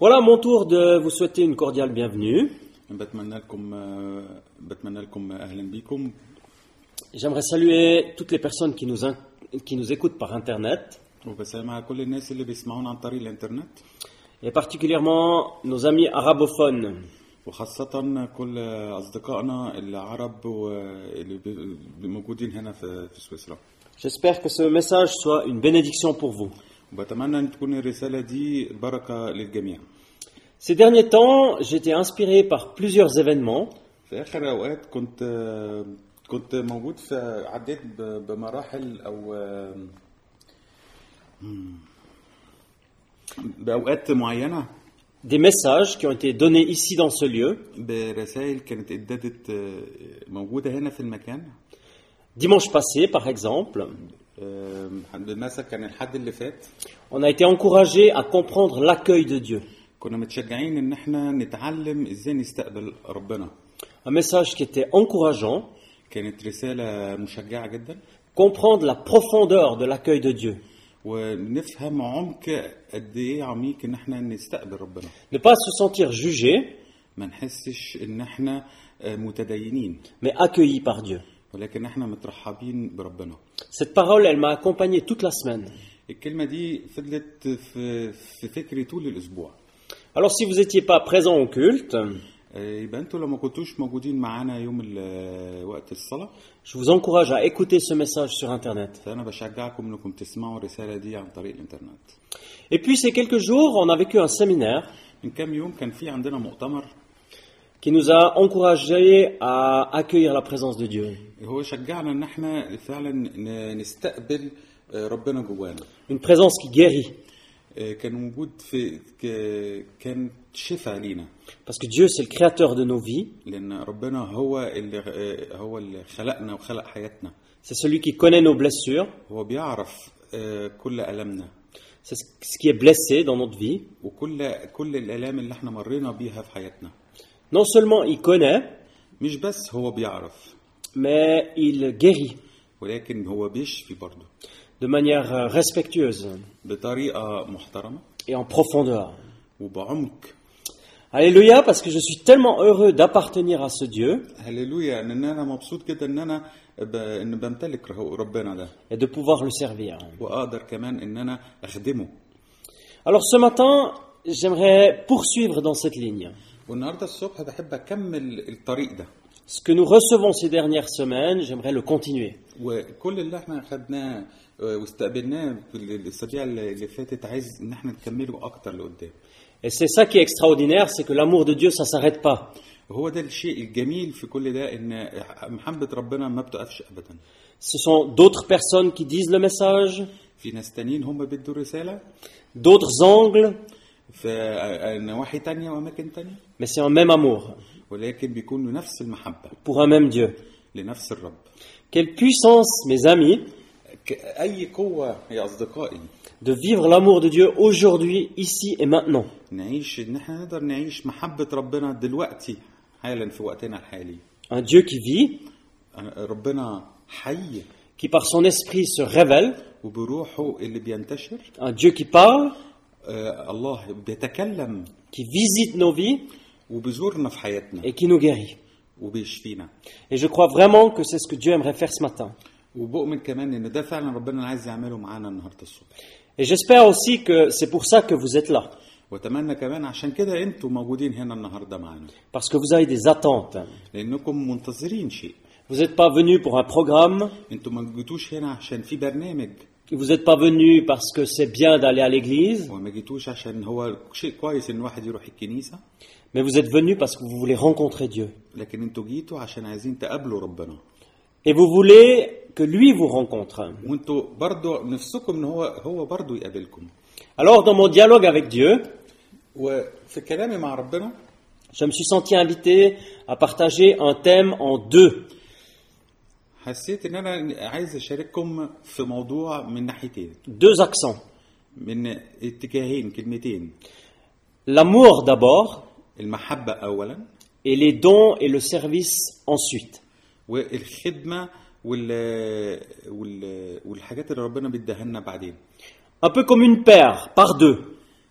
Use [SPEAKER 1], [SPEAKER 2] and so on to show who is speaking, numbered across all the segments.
[SPEAKER 1] Voilà mon tour de vous souhaiter une cordiale bienvenue.
[SPEAKER 2] بتمنى لكم آه، بتمنى لكم اهلا بيكم
[SPEAKER 1] J'aimerais saluer toutes les personnes qui nous, in- qui nous écoutent par Internet
[SPEAKER 2] وبسلم على كل الناس اللي بيسمعونا عن طريق الانترنت
[SPEAKER 1] et particulièrement nos amis arabophones.
[SPEAKER 2] وخاصة كل أصدقائنا العرب واللي بي- موجودين هنا في في سويسرا
[SPEAKER 1] J'espère que ce message soit une bénédiction pour vous.
[SPEAKER 2] وبتمنى أن تكون الرسالة دي بركة للجميع
[SPEAKER 1] Ces derniers temps, j'ai été inspiré par plusieurs événements
[SPEAKER 2] في آخر أوقات كنت كنت موجود في عديت ب- بمراحل أو مم، بأوقات معينة
[SPEAKER 1] des messages qui ont été donnés ici dans ce lieu.
[SPEAKER 2] برسائل كانت اتدادت موجودة هنا في المكان
[SPEAKER 1] Dimanche passé, par exemple,
[SPEAKER 2] مثلا كان الحد اللي فات
[SPEAKER 1] on a été encouragé à comprendre l'accueil de Dieu.
[SPEAKER 2] كنا متشجعين ان احنا نتعلم ازاي نستقبل ربنا
[SPEAKER 1] Un message qui était encourageant,
[SPEAKER 2] كانت رسالة مشجعة جدا
[SPEAKER 1] comprendre la profondeur de l'accueil de Dieu.
[SPEAKER 2] ونفهم عمق قد ايه عميق ان احنا نستقبل ربنا
[SPEAKER 1] Ne pas se sentir jugé,
[SPEAKER 2] ما نحسش ان احنا آه، متدينين
[SPEAKER 1] mais accueilli par Dieu.
[SPEAKER 2] ولكن احنا مترحبين بربنا
[SPEAKER 1] Cette parole, elle m'a accompagné toute la semaine.
[SPEAKER 2] الكلمة دي فضلت في, في فكري طول الأسبوع
[SPEAKER 1] Alors si vous n'étiez pas présent au culte,
[SPEAKER 2] آه، يبقى انتوا لو ما كنتوش موجودين معانا يوم ال- آه، وقت الصلاة
[SPEAKER 1] je vous encourage à écouter ce message sur Internet.
[SPEAKER 2] فأنا بشجعكم انكم تسمعوا الرسالة دي عن طريق الإنترنت
[SPEAKER 1] Et puis ces quelques jours, on a vécu un séminaire
[SPEAKER 2] من كام يوم كان في عندنا مؤتمر
[SPEAKER 1] qui nous a encouragés à accueillir la présence de Dieu.
[SPEAKER 2] هو شجعنا ان احنا فعلا ن- نستقبل آه، ربنا جوانا
[SPEAKER 1] Une présence qui guérit,
[SPEAKER 2] آه، كان موجود في ك- كان شفاء لينا
[SPEAKER 1] parce que Dieu, c'est le créateur de nos vies,
[SPEAKER 2] لان ربنا هو اللي آه، هو اللي خلقنا وخلق حياتنا
[SPEAKER 1] c'est celui qui connaît nos blessures,
[SPEAKER 2] هو بيعرف آه، كل ألمنا
[SPEAKER 1] c'est ce ce qui est blessé dans notre vie.
[SPEAKER 2] وكل كل الآلام اللي احنا مرينا بيها في حياتنا
[SPEAKER 1] Non seulement il connaît,
[SPEAKER 2] مش بس هو بيعرف
[SPEAKER 1] mais il guérit
[SPEAKER 2] ولكن هو بيشفي برضه
[SPEAKER 1] de manière euh, respectueuse
[SPEAKER 2] بطريقة محترمة
[SPEAKER 1] et en profondeur.
[SPEAKER 2] وبعمق
[SPEAKER 1] Alléluia, parce que je suis tellement heureux d'appartenir à ce Dieu
[SPEAKER 2] هللويا ان انا مبسوط جدا ان انا ب... ان بمتلك رهو- ربنا ده
[SPEAKER 1] et de pouvoir le servir.
[SPEAKER 2] واقدر كمان ان انا اخدمه
[SPEAKER 1] Alors ce matin, j'aimerais poursuivre dans cette ligne.
[SPEAKER 2] والنهارده الصبح بحب اكمل الطريق ده
[SPEAKER 1] Ce que nous recevons ces dernières semaines, j'aimerais le continuer.
[SPEAKER 2] وكل اللي احنا خدناه آه، واستقبلناه في ال- الاسابيع اللي اللي فاتت عايز ان احنا نكمله اكتر لقدام
[SPEAKER 1] Et c'est ça qui est extraordinaire, c'est que l'amour de Dieu, ça s'arrête pas.
[SPEAKER 2] هو ده الشيء الجميل في كل ده ان محبه ربنا ما بتقفش ابدا
[SPEAKER 1] Ce sont d'autres personnes qui disent le message,
[SPEAKER 2] في ناس تانيين هم بيدوا رساله
[SPEAKER 1] d'autres angles,
[SPEAKER 2] في آه، آه، نواحي تانية واماكن تانية
[SPEAKER 1] mais c'est un même amour
[SPEAKER 2] ولكن بيكونوا نفس المحبه
[SPEAKER 1] pour un même Dieu.
[SPEAKER 2] لنفس الرب
[SPEAKER 1] Quelle puissance, mes amis,
[SPEAKER 2] ك- أي قوة يا أصدقائي
[SPEAKER 1] de vivre l'amour de Dieu aujourd'hui, ici et maintenant.
[SPEAKER 2] نعيش إن إحنا نقدر نعيش محبة ربنا دلوقتي حالا في وقتنا الحالي
[SPEAKER 1] Un Dieu qui vit,
[SPEAKER 2] أنا- ربنا حي
[SPEAKER 1] qui par son esprit se révèle,
[SPEAKER 2] وبروحه اللي بينتشر
[SPEAKER 1] un Dieu qui parle,
[SPEAKER 2] آه الله بيتكلم
[SPEAKER 1] qui visite nos vies
[SPEAKER 2] وبيزورنا في حياتنا
[SPEAKER 1] et qui nous guérit.
[SPEAKER 2] وبيشفينا
[SPEAKER 1] Et je crois vraiment que c'est ce que Dieu aimerait faire ce matin.
[SPEAKER 2] وبؤمن كمان إن ده فعلا ربنا عايز يعمله معانا النهاردة الصبح
[SPEAKER 1] Et j'espère aussi que c'est pour ça que vous êtes là,
[SPEAKER 2] واتمنى كمان عشان كده انتوا موجودين هنا النهارده معانا
[SPEAKER 1] parce que vous avez des attentes.
[SPEAKER 2] لانكم منتظرين شيء
[SPEAKER 1] Vous n'êtes pas venu pour un programme,
[SPEAKER 2] انتوا ما جيتوش هنا عشان في برنامج
[SPEAKER 1] vous n'êtes pas venu parce que c'est bien d'aller à l'église,
[SPEAKER 2] وما جيتوش عشان هو شيء كويس ان واحد يروح الكنيسه
[SPEAKER 1] mais vous êtes venu parce que vous voulez rencontrer Dieu.
[SPEAKER 2] لكن انتوا جيتوا عشان عايزين تقابلوا ربنا
[SPEAKER 1] Et vous voulez que lui vous rencontre.
[SPEAKER 2] وانتوا برضو نفسكم ان هو هو برضو يقابلكم
[SPEAKER 1] Alors dans mon dialogue avec Dieu,
[SPEAKER 2] وفي كلامي مع ربنا
[SPEAKER 1] je me suis senti invité à partager un thème en deux.
[SPEAKER 2] حسيت ان انا عايز اشارككم في موضوع من ناحيتين
[SPEAKER 1] deux accents.
[SPEAKER 2] من اتجاهين كلمتين
[SPEAKER 1] L'amour d'abord
[SPEAKER 2] المحبه اولا
[SPEAKER 1] et les dons et le service ensuite.
[SPEAKER 2] والخدمه وال... وال... والحاجات اللي ربنا بيديها لنا بعدين
[SPEAKER 1] Un peu comme une paire, par deux.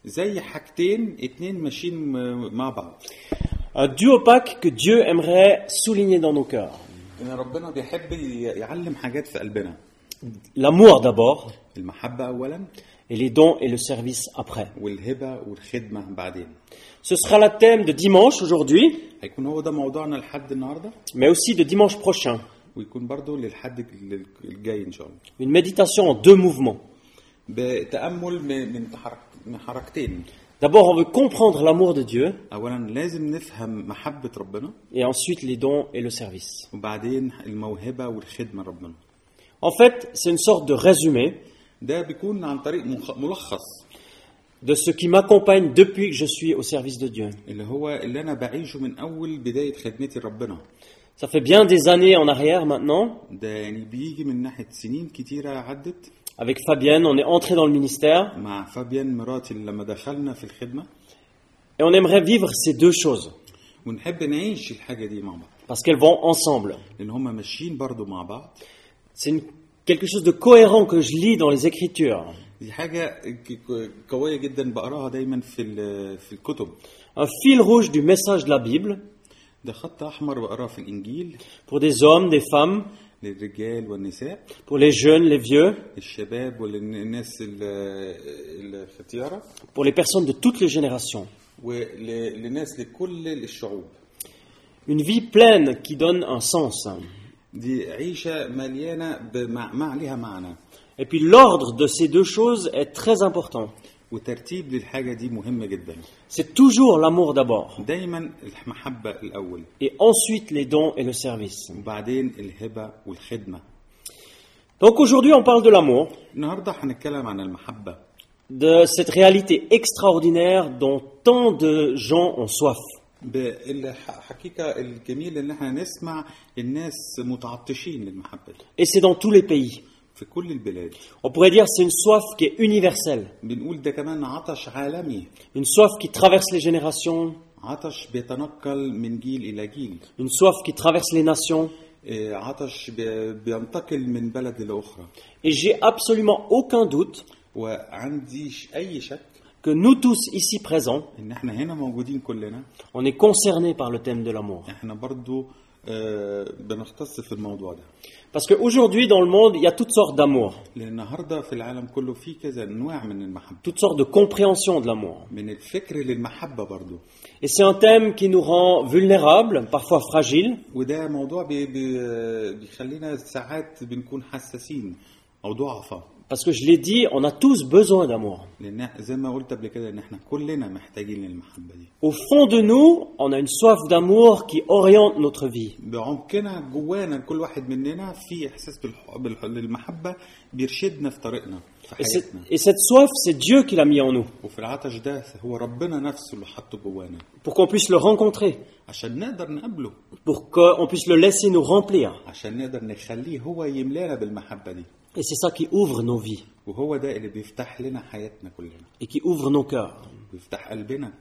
[SPEAKER 2] زي حاجتين اتنين ماشيين م- مع بعض
[SPEAKER 1] Un duopaque que Dieu aimerait souligner dans nos cœurs.
[SPEAKER 2] ان ربنا بيحب ي- يعلم حاجات في قلبنا
[SPEAKER 1] L'amour d'abord,
[SPEAKER 2] المحبة اولا
[SPEAKER 1] et les dons et le service après.
[SPEAKER 2] والهبة والخدمة بعدين
[SPEAKER 1] Ce sera le thème de dimanche aujourd'hui,
[SPEAKER 2] هيكون هو ده موضوعنا لحد النهارده
[SPEAKER 1] mais aussi de dimanche prochain.
[SPEAKER 2] ويكون برضو للحد ال- الجاي ان شاء الله
[SPEAKER 1] Une méditation en deux mouvements.
[SPEAKER 2] بتامل م- من حرك- من حركتين
[SPEAKER 1] D'abord, on veut comprendre l'amour de Dieu,
[SPEAKER 2] اولا لازم نفهم محبة ربنا
[SPEAKER 1] et ensuite les dons et le service.
[SPEAKER 2] وبعدين الموهبة والخدمة لربنا
[SPEAKER 1] En fait, c'est une sorte de résumé
[SPEAKER 2] ده بيكون عن طريق مخ- ملخص
[SPEAKER 1] de ce qui m'accompagne depuis que je suis au service de Dieu.
[SPEAKER 2] اللي هو اللي انا بعيشه من اول بداية خدمتي لربنا
[SPEAKER 1] Ça fait bien des années en arrière maintenant.
[SPEAKER 2] ده يعني بيجي من ناحية سنين كتيرة عدت
[SPEAKER 1] Avec Fabienne, on est entré dans le ministère
[SPEAKER 2] مع فابيان مراتي لما دخلنا في الخدمة
[SPEAKER 1] et on aimerait vivre ces deux choses
[SPEAKER 2] ونحب نعيش الحاجة دي مع بعض
[SPEAKER 1] parce qu'elles vont ensemble.
[SPEAKER 2] لأن هما ماشيين برضو مع بعض
[SPEAKER 1] C'est une- quelque chose de cohérent que je lis dans les Écritures.
[SPEAKER 2] دي حاجة ك- ك- قوية جدا بقراها دايما في ال- في الكتب
[SPEAKER 1] Un fil rouge du message de la Bible
[SPEAKER 2] ده خط أحمر بقراه في الإنجيل
[SPEAKER 1] pour des hommes, des femmes,
[SPEAKER 2] للرجال والنساء
[SPEAKER 1] pour les jeunes, les vieux,
[SPEAKER 2] الشباب والناس الختيارة
[SPEAKER 1] pour les personnes de toutes les générations.
[SPEAKER 2] ولناس لكل الشعوب
[SPEAKER 1] Une vie pleine qui donne un sens.
[SPEAKER 2] دي عيشة مليانة بمع- مع ليها معنى
[SPEAKER 1] Et puis l'ordre de ces deux choses est très important.
[SPEAKER 2] وترتيب للحاجة دي مهم جدا
[SPEAKER 1] C'est toujours l'amour d'abord
[SPEAKER 2] دايما المحبة الأول
[SPEAKER 1] et ensuite les dons et le service.
[SPEAKER 2] وبعدين الهبة والخدمة
[SPEAKER 1] Donc aujourd'hui on parle de l'amour,
[SPEAKER 2] النهاردة هنتكلم عن المحبة
[SPEAKER 1] de cette réalité extraordinaire dont tant de gens ont soif.
[SPEAKER 2] بالحقيقة الجميل إن احنا نسمع الناس متعطشين للمحبة دي
[SPEAKER 1] Et c'est dans tous les pays.
[SPEAKER 2] في كل البلاد
[SPEAKER 1] On pourrait dire c'est une soif qui est universelle,
[SPEAKER 2] بنقول ده كمان عطش عالمي
[SPEAKER 1] une soif qui traverse les générations,
[SPEAKER 2] عطش بيتنقل من جيل إلى جيل
[SPEAKER 1] une soif qui traverse les nations.
[SPEAKER 2] آه، عطش بي- بينتقل من بلد لأخرى
[SPEAKER 1] Et j'ai absolument aucun doute
[SPEAKER 2] وعنديش أي شك
[SPEAKER 1] que nous tous ici présents,
[SPEAKER 2] إن احنا هنا موجودين كلنا
[SPEAKER 1] on est concernés par le thème de l'amour.
[SPEAKER 2] احنا برضو آه، بنختص في الموضوع ده
[SPEAKER 1] Parce qu'aujourd'hui dans le monde, il y a toutes sortes d'amour,
[SPEAKER 2] لأن النهاردة في العالم كله في كذا أنواع من المحبة
[SPEAKER 1] toutes sortes de compréhensions de l'amour.
[SPEAKER 2] من الفكر للمحبة برضو
[SPEAKER 1] Et c'est un thème qui nous rend vulnérables, parfois fragiles,
[SPEAKER 2] وده موضوع بي بي بيخلينا ساعات بنكون حساسين أو ضعفاء
[SPEAKER 1] parce que je l'ai dit, on a tous besoin d'amour.
[SPEAKER 2] لأن إح- زي ما قلت قبل كده إن احنا كلنا محتاجين للمحبة دي
[SPEAKER 1] Au fond de nous, on a une soif d'amour qui oriente notre vie.
[SPEAKER 2] بعمقنا جوانا كل واحد مننا في إحساس بالح- بالح- بالمحبة بيرشدنا في طريقنا في
[SPEAKER 1] Et, c'est-
[SPEAKER 2] حياتنا
[SPEAKER 1] et cette soif, c'est Dieu qui l'a mis en nous,
[SPEAKER 2] وفي العطش ده هو ربنا نفسه اللي حطه جوانا
[SPEAKER 1] pour qu'on puisse le rencontrer,
[SPEAKER 2] عشان نقدر نقابله
[SPEAKER 1] pour qu'on puisse le laisser nous remplir.
[SPEAKER 2] عشان نقدر نخليه هو يملانا بالمحبة دي
[SPEAKER 1] Et c'est ça qui ouvre nos vies
[SPEAKER 2] وهو ده اللي بيفتح لنا حياتنا كلنا
[SPEAKER 1] et qui ouvre nos cœurs.
[SPEAKER 2] بيفتح قلبنا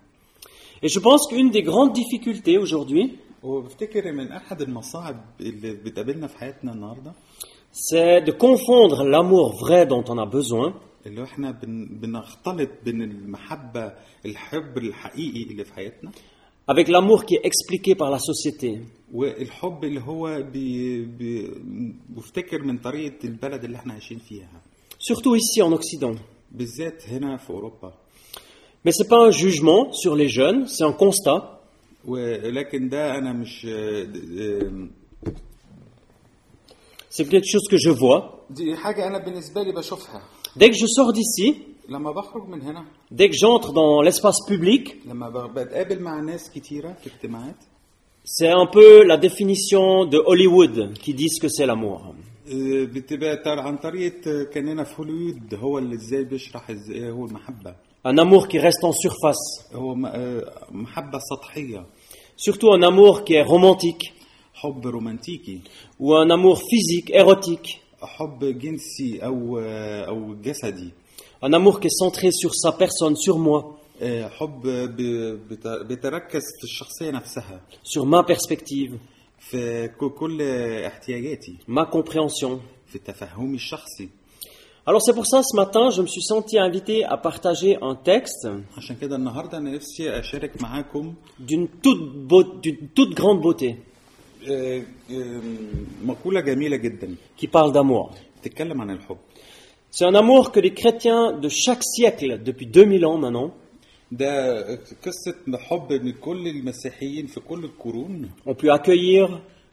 [SPEAKER 1] Et je pense qu'une des grandes difficultés aujourd'hui,
[SPEAKER 2] وبفتكر من احد المصاعب اللي بتقابلنا في حياتنا النهارده
[SPEAKER 1] c'est de confondre l'amour vrai dont on a besoin
[SPEAKER 2] اللي احنا بن... بنختلط بين المحبه الحب الحقيقي اللي في حياتنا
[SPEAKER 1] avec l'amour qui est expliqué par la société,
[SPEAKER 2] والحب اللي هو بي... بي... بفتكر من طريقه البلد اللي احنا عايشين فيها
[SPEAKER 1] surtout ici en Occident.
[SPEAKER 2] بالذات هنا في اوروبا
[SPEAKER 1] Mais ce n'est pas un jugement sur les jeunes, c'est un constat.
[SPEAKER 2] ولكن ده انا مش آه،
[SPEAKER 1] C'est quelque chose que je vois.
[SPEAKER 2] دي حاجه انا بالنسبه لي بشوفها
[SPEAKER 1] Dès que je sors d'ici,
[SPEAKER 2] لما بخرج من هنا
[SPEAKER 1] dès que j'entre dans l'espace public,
[SPEAKER 2] لما ب- بتقابل مع ناس كتيره في اجتماعات
[SPEAKER 1] c'est un peu la définition de Hollywood qui dit ce que c'est l'amour.
[SPEAKER 2] آه، بتبقى تر- عن طريقة كاننا في هوليوود هو اللي ازاي بيشرح ازاي هو المحبة
[SPEAKER 1] Un amour qui reste en surface,
[SPEAKER 2] هو م- آه، محبة سطحية
[SPEAKER 1] surtout un amour qui est romantique
[SPEAKER 2] حب رومانتيكي
[SPEAKER 1] ou un amour physique, érotique,
[SPEAKER 2] حب جنسي أو آه، أو جسدي
[SPEAKER 1] un amour qui est centré sur sa personne, sur moi,
[SPEAKER 2] آه، حب ب- بت- بيتركز في الشخصية نفسها
[SPEAKER 1] sur ma perspective,
[SPEAKER 2] في ك- كل احتياجاتي
[SPEAKER 1] ma compréhension.
[SPEAKER 2] في تفهمي الشخصي
[SPEAKER 1] Alors c'est pour ça, ce matin, je me suis senti invité à partager un texte
[SPEAKER 2] عشان كده النهارده انا نفسي اشارك معاكم
[SPEAKER 1] d'une toute, beau- d'une toute grande beauté
[SPEAKER 2] آه، آم، مقوله جميله جدا
[SPEAKER 1] qui parle d'amour.
[SPEAKER 2] بتتكلم عن الحب
[SPEAKER 1] C'est un amour que les chrétiens de chaque siècle, depuis 2000 ans maintenant,
[SPEAKER 2] ده قصه حب من كل المسيحيين في كل القرون
[SPEAKER 1] ont pu accueillir,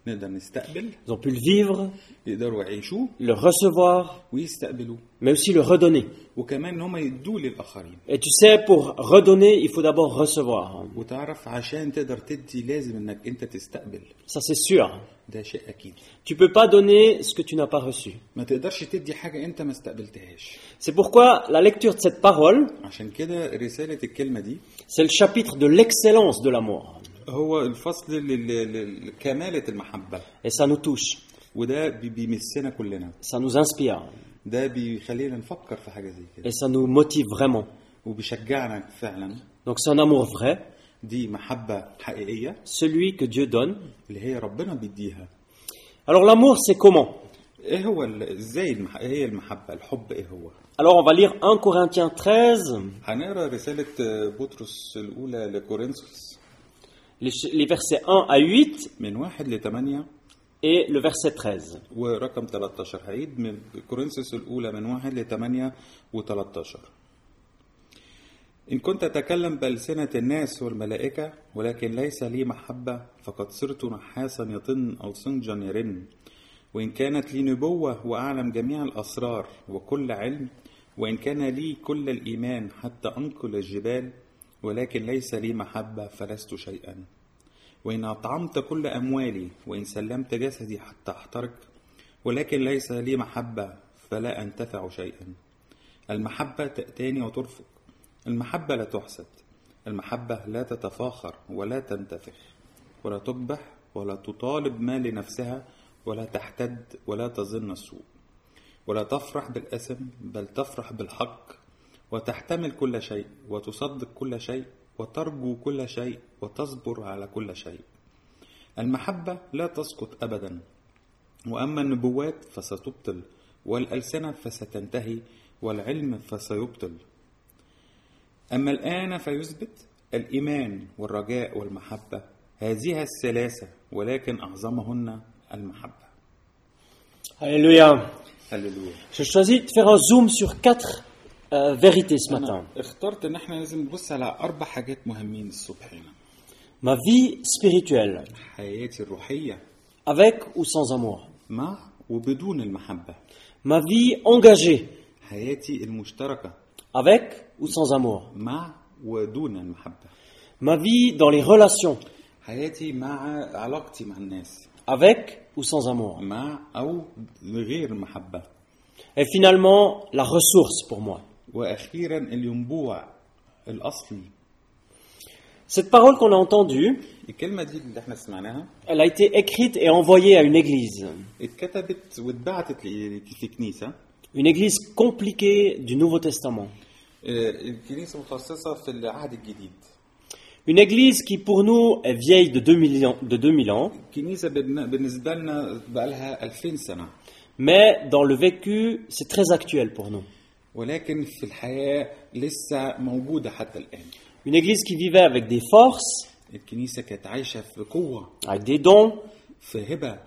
[SPEAKER 2] نقدر نستقبل
[SPEAKER 1] ils ont pu le vivre,
[SPEAKER 2] يقدروا يعيشوه
[SPEAKER 1] le recevoir,
[SPEAKER 2] ويستقبلوه
[SPEAKER 1] mais aussi le redonner.
[SPEAKER 2] وكمان ان هم يدوه للاخرين
[SPEAKER 1] Et tu sais, pour redonner, il faut d'abord recevoir.
[SPEAKER 2] وتعرف عشان تقدر تدي لازم انك انت تستقبل
[SPEAKER 1] Ça, c'est sûr.
[SPEAKER 2] ده شيء اكيد
[SPEAKER 1] Tu peux pas donner ce que tu n'as pas reçu.
[SPEAKER 2] ما تقدرش تدي حاجه انت ما استقبلتهاش
[SPEAKER 1] C'est pourquoi la lecture de cette parole,
[SPEAKER 2] عشان كده رساله الكلمه دي
[SPEAKER 1] c'est le chapitre de l'excellence de l'amour.
[SPEAKER 2] هو الفصل لل- لل- لكماله المحبه
[SPEAKER 1] Et ça nous touche,
[SPEAKER 2] وده بي- بيمسنا كلنا
[SPEAKER 1] ça nous inspire,
[SPEAKER 2] ده بيخلينا نفكر في حاجه زي كده
[SPEAKER 1] et ça nous motive vraiment.
[SPEAKER 2] وبيشجعنا فعلا
[SPEAKER 1] Donc c'est un amour vrai,
[SPEAKER 2] دي محبه حقيقيه
[SPEAKER 1] celui que Dieu donne.
[SPEAKER 2] اللي هي ربنا بيديها
[SPEAKER 1] Alors l'amour, c'est comment
[SPEAKER 2] ايه هو ال- ازاي المح... إيه هي المحبه الحب ايه هو
[SPEAKER 1] Alors on va lire 1 Corinthiens 13,
[SPEAKER 2] هنقرا رساله آه، بطرس الاولى لكورنثوس
[SPEAKER 1] les, les versets 1 à 8
[SPEAKER 2] من واحد لثمانية
[SPEAKER 1] et le verset 13.
[SPEAKER 2] ورقم 13 هعيد من كورنثوس الأولى من واحد لثمانية و13 إن كنت أتكلم بألسنة الناس والملائكة ولكن ليس لي محبة فقد صرت نحاسا يطن أو صنجا يرن وإن كانت لي نبوة وأعلم جميع الأسرار وكل علم وإن كان لي كل الإيمان حتى أنقل الجبال ولكن ليس لي محبة فلست شيئا وإن أطعمت كل أموالي وإن سلمت جسدي حتى أحترق ولكن ليس لي محبة فلا أنتفع شيئا المحبة تأتاني وترفق المحبة لا تحسد المحبة لا تتفاخر ولا تنتفخ ولا تقبح ولا تطالب ما لنفسها ولا تحتد ولا تظن السوء ولا تفرح بالاسم بل تفرح بالحق وتحتمل كل شيء وتصدق كل شيء وترجو كل شيء وتصبر على كل شيء المحبة لا تسقط أبدا وأما النبوات فستبطل والألسنة فستنتهي والعلم فسيبطل أما الآن فيثبت الإيمان والرجاء والمحبة هذه الثلاثة ولكن أعظمهن المحبة
[SPEAKER 1] Alléluia.
[SPEAKER 2] هللويا
[SPEAKER 1] Je choisis de faire un zoom sur quatre euh, vérités ce matin.
[SPEAKER 2] أنا اخترت إن إحنا لازم نبص على أربع حاجات مهمين الصبح هنا
[SPEAKER 1] Ma vie spirituelle,
[SPEAKER 2] حياتي الروحية
[SPEAKER 1] avec ou sans amour.
[SPEAKER 2] مع وبدون المحبة
[SPEAKER 1] Ma vie engagée,
[SPEAKER 2] حياتي المشتركة
[SPEAKER 1] avec ou sans amour.
[SPEAKER 2] مع ودون المحبة
[SPEAKER 1] Ma vie dans les relations,
[SPEAKER 2] حياتي مع علاقتي مع الناس
[SPEAKER 1] avec ou sans amour.
[SPEAKER 2] مع أو غير محبة
[SPEAKER 1] Et finalement, la ressource pour moi.
[SPEAKER 2] وأخيرا الينبوع الأصلي
[SPEAKER 1] Cette parole qu'on a entendue,
[SPEAKER 2] الكلمة دي اللي احنا سمعناها
[SPEAKER 1] elle a été écrite et envoyée à une église.
[SPEAKER 2] اتكتبت واتبعتت ل- في كنيسة
[SPEAKER 1] Une église compliquée du Nouveau Testament.
[SPEAKER 2] آه، الكنيسة متخصصة في العهد الجديد
[SPEAKER 1] Une église qui pour nous est vieille de 2000 ans, de 2000 ans
[SPEAKER 2] الكنيسة بالن- بالنسبة لنا بقالها 2000 سنة
[SPEAKER 1] mais dans le vécu, c'est très actuel pour nous.
[SPEAKER 2] ولكن في الحياة لسه موجودة حتى الآن
[SPEAKER 1] Une église qui vivait avec des forces,
[SPEAKER 2] الكنيسة كانت عايشة في قوة
[SPEAKER 1] avec des dons,
[SPEAKER 2] في هبة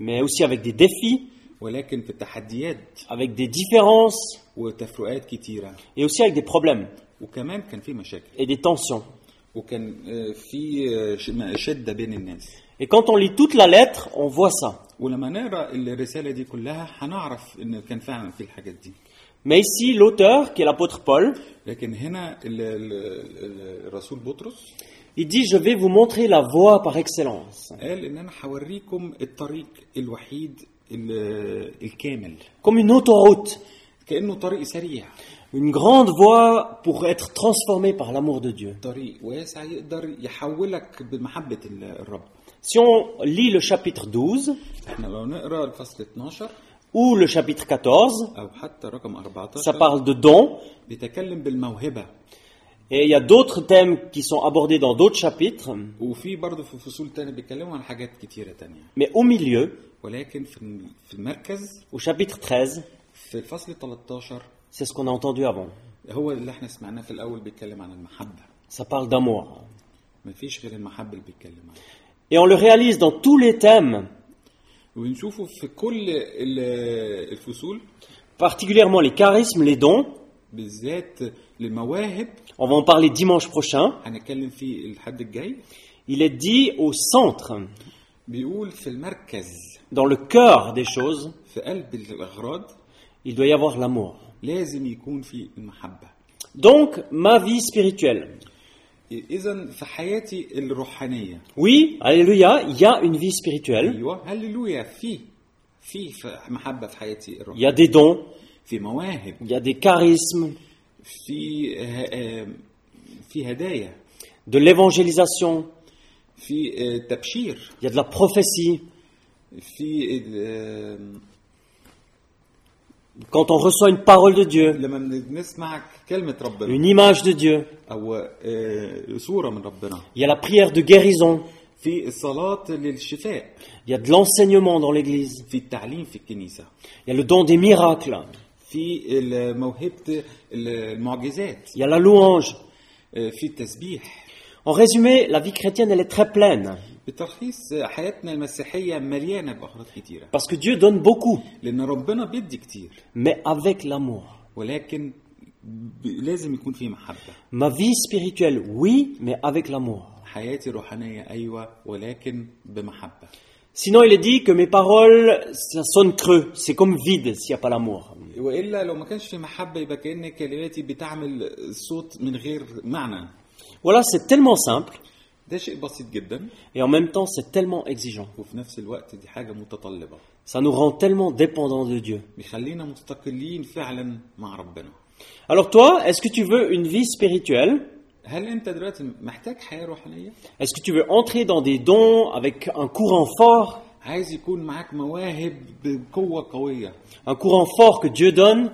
[SPEAKER 1] mais aussi avec des défis,
[SPEAKER 2] ولكن في تحديات
[SPEAKER 1] avec des différences
[SPEAKER 2] وتفرقات كتيرة
[SPEAKER 1] et aussi avec des problèmes
[SPEAKER 2] وكمان كان في مشاكل
[SPEAKER 1] et des tensions.
[SPEAKER 2] وكان آه، في آه، ش- م- شدة بين الناس
[SPEAKER 1] Et quand on lit toute la lettre, on voit ça.
[SPEAKER 2] ولما نقرا الرسالة دي كلها هنعرف إن كان فعلا في الحاجات دي
[SPEAKER 1] Mais ici, l'auteur, qui est l'apôtre Paul,
[SPEAKER 2] لكن هنا ال- ال- ال- الرسول بطرس
[SPEAKER 1] il dit Je vais vous montrer la voie par excellence.
[SPEAKER 2] قال إن أنا هوريكم الطريق الوحيد ال- الكامل
[SPEAKER 1] Comme une autoroute,
[SPEAKER 2] كأنه طريق سريع
[SPEAKER 1] une grande voie pour être transformé par l'amour de Dieu.
[SPEAKER 2] طريق واسع يقدر يحولك بمحبة ال- الرب
[SPEAKER 1] Si on lit le chapitre 12
[SPEAKER 2] احنا لو نقرا الفصل 12
[SPEAKER 1] ou le chapitre 14,
[SPEAKER 2] او حتى رقم
[SPEAKER 1] ça
[SPEAKER 2] 14
[SPEAKER 1] parle de dons
[SPEAKER 2] بيتكلم بالموهبة
[SPEAKER 1] Et il y a d'autres thèmes qui sont abordés dans d'autres chapitres,
[SPEAKER 2] وفي برضه في فصول تانية بيتكلموا عن حاجات كتيرة تانية
[SPEAKER 1] mais au milieu,
[SPEAKER 2] ولكن في الم- في المركز
[SPEAKER 1] au chapitre 13,
[SPEAKER 2] في في الفصل 13
[SPEAKER 1] C'est ce qu'on a entendu avant.
[SPEAKER 2] هو اللي احنا سمعناه في الاول بيتكلم عن المحبه
[SPEAKER 1] Ça parle d'amour.
[SPEAKER 2] مفيش غير المحبه اللي بيتكلم عنها
[SPEAKER 1] Et on le réalise dans tous les thèmes,
[SPEAKER 2] وبنشوفه في كل ال- الفصول
[SPEAKER 1] particulièrement les charismes, les dons.
[SPEAKER 2] بالذات لمواهب
[SPEAKER 1] On va en parler dimanche prochain.
[SPEAKER 2] هنتكلم فيه الحد الجاي
[SPEAKER 1] Il est dit au centre,
[SPEAKER 2] بيقول في المركز
[SPEAKER 1] dans le cœur des choses,
[SPEAKER 2] في قلب الاغراض
[SPEAKER 1] il doit y avoir l'amour.
[SPEAKER 2] لازم يكون في المحبه
[SPEAKER 1] Donc, ma vie spirituelle.
[SPEAKER 2] اذا في حياتي الروحانيه
[SPEAKER 1] Oui, alléluia, il y a une vie spirituelle.
[SPEAKER 2] ايوه هللويا في في في محبه في حياتي
[SPEAKER 1] Il
[SPEAKER 2] الروحانيه
[SPEAKER 1] y a des dons,
[SPEAKER 2] في مواهب
[SPEAKER 1] il y a des charismes,
[SPEAKER 2] في ه- آه، في هدايا
[SPEAKER 1] de l'évangélisation,
[SPEAKER 2] في آه، تبشير
[SPEAKER 1] il y a de la prophétie.
[SPEAKER 2] في آه،
[SPEAKER 1] Quand on reçoit une parole de Dieu,
[SPEAKER 2] لما بنسمع كلمه ربنا
[SPEAKER 1] une image de Dieu,
[SPEAKER 2] او آه، صوره من ربنا
[SPEAKER 1] il y a la prière de guérison,
[SPEAKER 2] في الصلاه للشفاء
[SPEAKER 1] il y a de l'enseignement dans l'Église,
[SPEAKER 2] في التعليم في الكنيسه
[SPEAKER 1] il y a le don des miracles,
[SPEAKER 2] في ال- موهبه ال- المعجزات
[SPEAKER 1] il y a la louange.
[SPEAKER 2] آه، في التسبيح
[SPEAKER 1] En résumé, la vie chrétienne, elle est très pleine,
[SPEAKER 2] بالترخيص آه، حياتنا المسيحيه مليانه باغراض كتيره
[SPEAKER 1] parce que Dieu donne beaucoup,
[SPEAKER 2] لان ربنا بيدي كتير
[SPEAKER 1] mais avec l'amour.
[SPEAKER 2] ولكن ب- لازم يكون في محبه
[SPEAKER 1] Ma vie spirituelle, oui, mais avec l'amour.
[SPEAKER 2] حياتي روحانيه ايوه ولكن بمحبه
[SPEAKER 1] Sinon, il est dit que mes paroles, ça sonne creux, c'est comme vide s'il n'y a pas l'amour.
[SPEAKER 2] والا لو ما كانش في محبه يبقى كان كلماتي بتعمل صوت من غير معنى
[SPEAKER 1] Voilà, c'est tellement simple,
[SPEAKER 2] ده شيء بسيط جدا
[SPEAKER 1] et en même temps, c'est tellement exigeant.
[SPEAKER 2] وفي نفس الوقت دي حاجه متطلبه
[SPEAKER 1] Ça nous rend tellement dépendants de Dieu.
[SPEAKER 2] بيخلينا مستقلين فعلا مع ربنا
[SPEAKER 1] Alors toi, est-ce que tu veux une vie spirituelle
[SPEAKER 2] هل انت دلوقتي محتاج حياه روحانيه
[SPEAKER 1] Est-ce que tu veux entrer dans des dons avec un courant fort,
[SPEAKER 2] عايز يكون معاك مواهب بقوه قويه
[SPEAKER 1] un courant fort que Dieu donne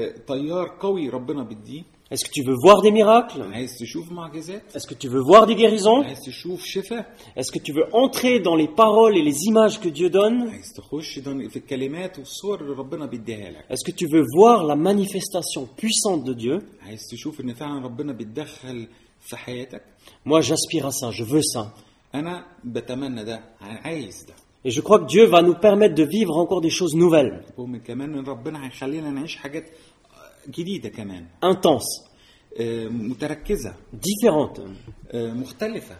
[SPEAKER 2] بتيار قوي ربنا بيديه
[SPEAKER 1] Est-ce que tu veux voir des miracles
[SPEAKER 2] عايز تشوف معجزات
[SPEAKER 1] Est-ce que tu veux voir des guérisons
[SPEAKER 2] عايز تشوف شفاء
[SPEAKER 1] Est-ce que tu veux entrer dans les paroles et les images que Dieu donne
[SPEAKER 2] عايز تخش دن- في الكلمات والصور اللي ربنا بيديها لك
[SPEAKER 1] Est-ce que tu veux voir la manifestation puissante de Dieu
[SPEAKER 2] عايز تشوف ان فعلا ربنا بيتدخل في حياتك
[SPEAKER 1] Moi, j'aspire à ça, je veux ça.
[SPEAKER 2] انا بتمنى ده عايز ده
[SPEAKER 1] Et je crois que Dieu va nous permettre de vivre encore des choses nouvelles,
[SPEAKER 2] ومن كمان ان ربنا هيخلينا نعيش حاجات جديده كمان
[SPEAKER 1] intenses,
[SPEAKER 2] آه، متركزه
[SPEAKER 1] différentes.
[SPEAKER 2] آه، مختلفه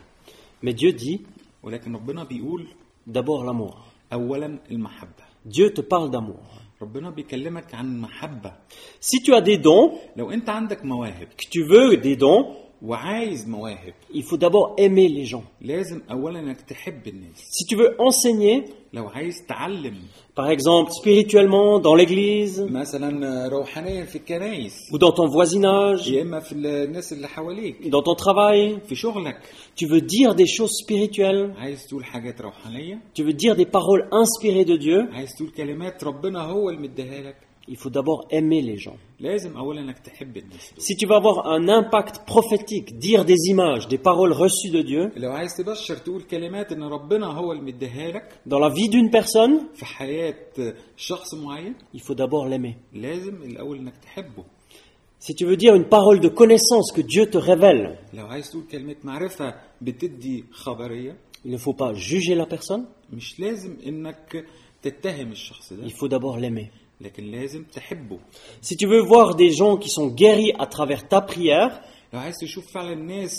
[SPEAKER 1] Mais Dieu dit
[SPEAKER 2] ولكن ربنا بيقول
[SPEAKER 1] d'abord l'amour.
[SPEAKER 2] اولا المحبه
[SPEAKER 1] Dieu te parle d'amour.
[SPEAKER 2] ربنا بيكلمك عن محبه
[SPEAKER 1] Si tu as des dons,
[SPEAKER 2] لو انت عندك مواهب
[SPEAKER 1] que tu veux des dons,
[SPEAKER 2] وعايز مواهب
[SPEAKER 1] il faut d'abord aimer les gens.
[SPEAKER 2] لازم اولا انك تحب الناس
[SPEAKER 1] Si tu veux enseigner,
[SPEAKER 2] لو عايز تعلم
[SPEAKER 1] par exemple spirituellement dans l'église
[SPEAKER 2] مثلا روحانيا في الكنايس
[SPEAKER 1] ou dans ton voisinage,
[SPEAKER 2] يا اما في الناس اللي حواليك
[SPEAKER 1] dans ton travail,
[SPEAKER 2] في شغلك
[SPEAKER 1] tu veux dire des choses spirituelles,
[SPEAKER 2] عايز تقول حاجات روحانيه
[SPEAKER 1] tu veux dire des paroles inspirées de Dieu,
[SPEAKER 2] عايز تقول كلمات ربنا هو اللي مديها لك
[SPEAKER 1] il faut d'abord aimer les gens.
[SPEAKER 2] لازم اولا انك تحب الناس دول
[SPEAKER 1] Si tu veux avoir un impact prophétique, dire des images, des paroles reçues de Dieu
[SPEAKER 2] لو عايز تبشر تقول كلمات ان ربنا هو اللي مديها لك
[SPEAKER 1] dans la vie d'une personne,
[SPEAKER 2] في حياه شخص معين
[SPEAKER 1] il faut d'abord l'aimer.
[SPEAKER 2] لازم الاول انك تحبه
[SPEAKER 1] Si tu veux dire une parole de connaissance que Dieu te révèle,
[SPEAKER 2] لو عايز تقول كلمه معرفه بتدي خبريه
[SPEAKER 1] il ne faut pas juger la personne,
[SPEAKER 2] مش لازم انك تتهم الشخص ده
[SPEAKER 1] il faut d'abord l'aimer.
[SPEAKER 2] لكن لازم تحبه
[SPEAKER 1] Si tu veux voir des gens qui sont guéris à travers ta prière,
[SPEAKER 2] لو عايز تشوف فعلا الناس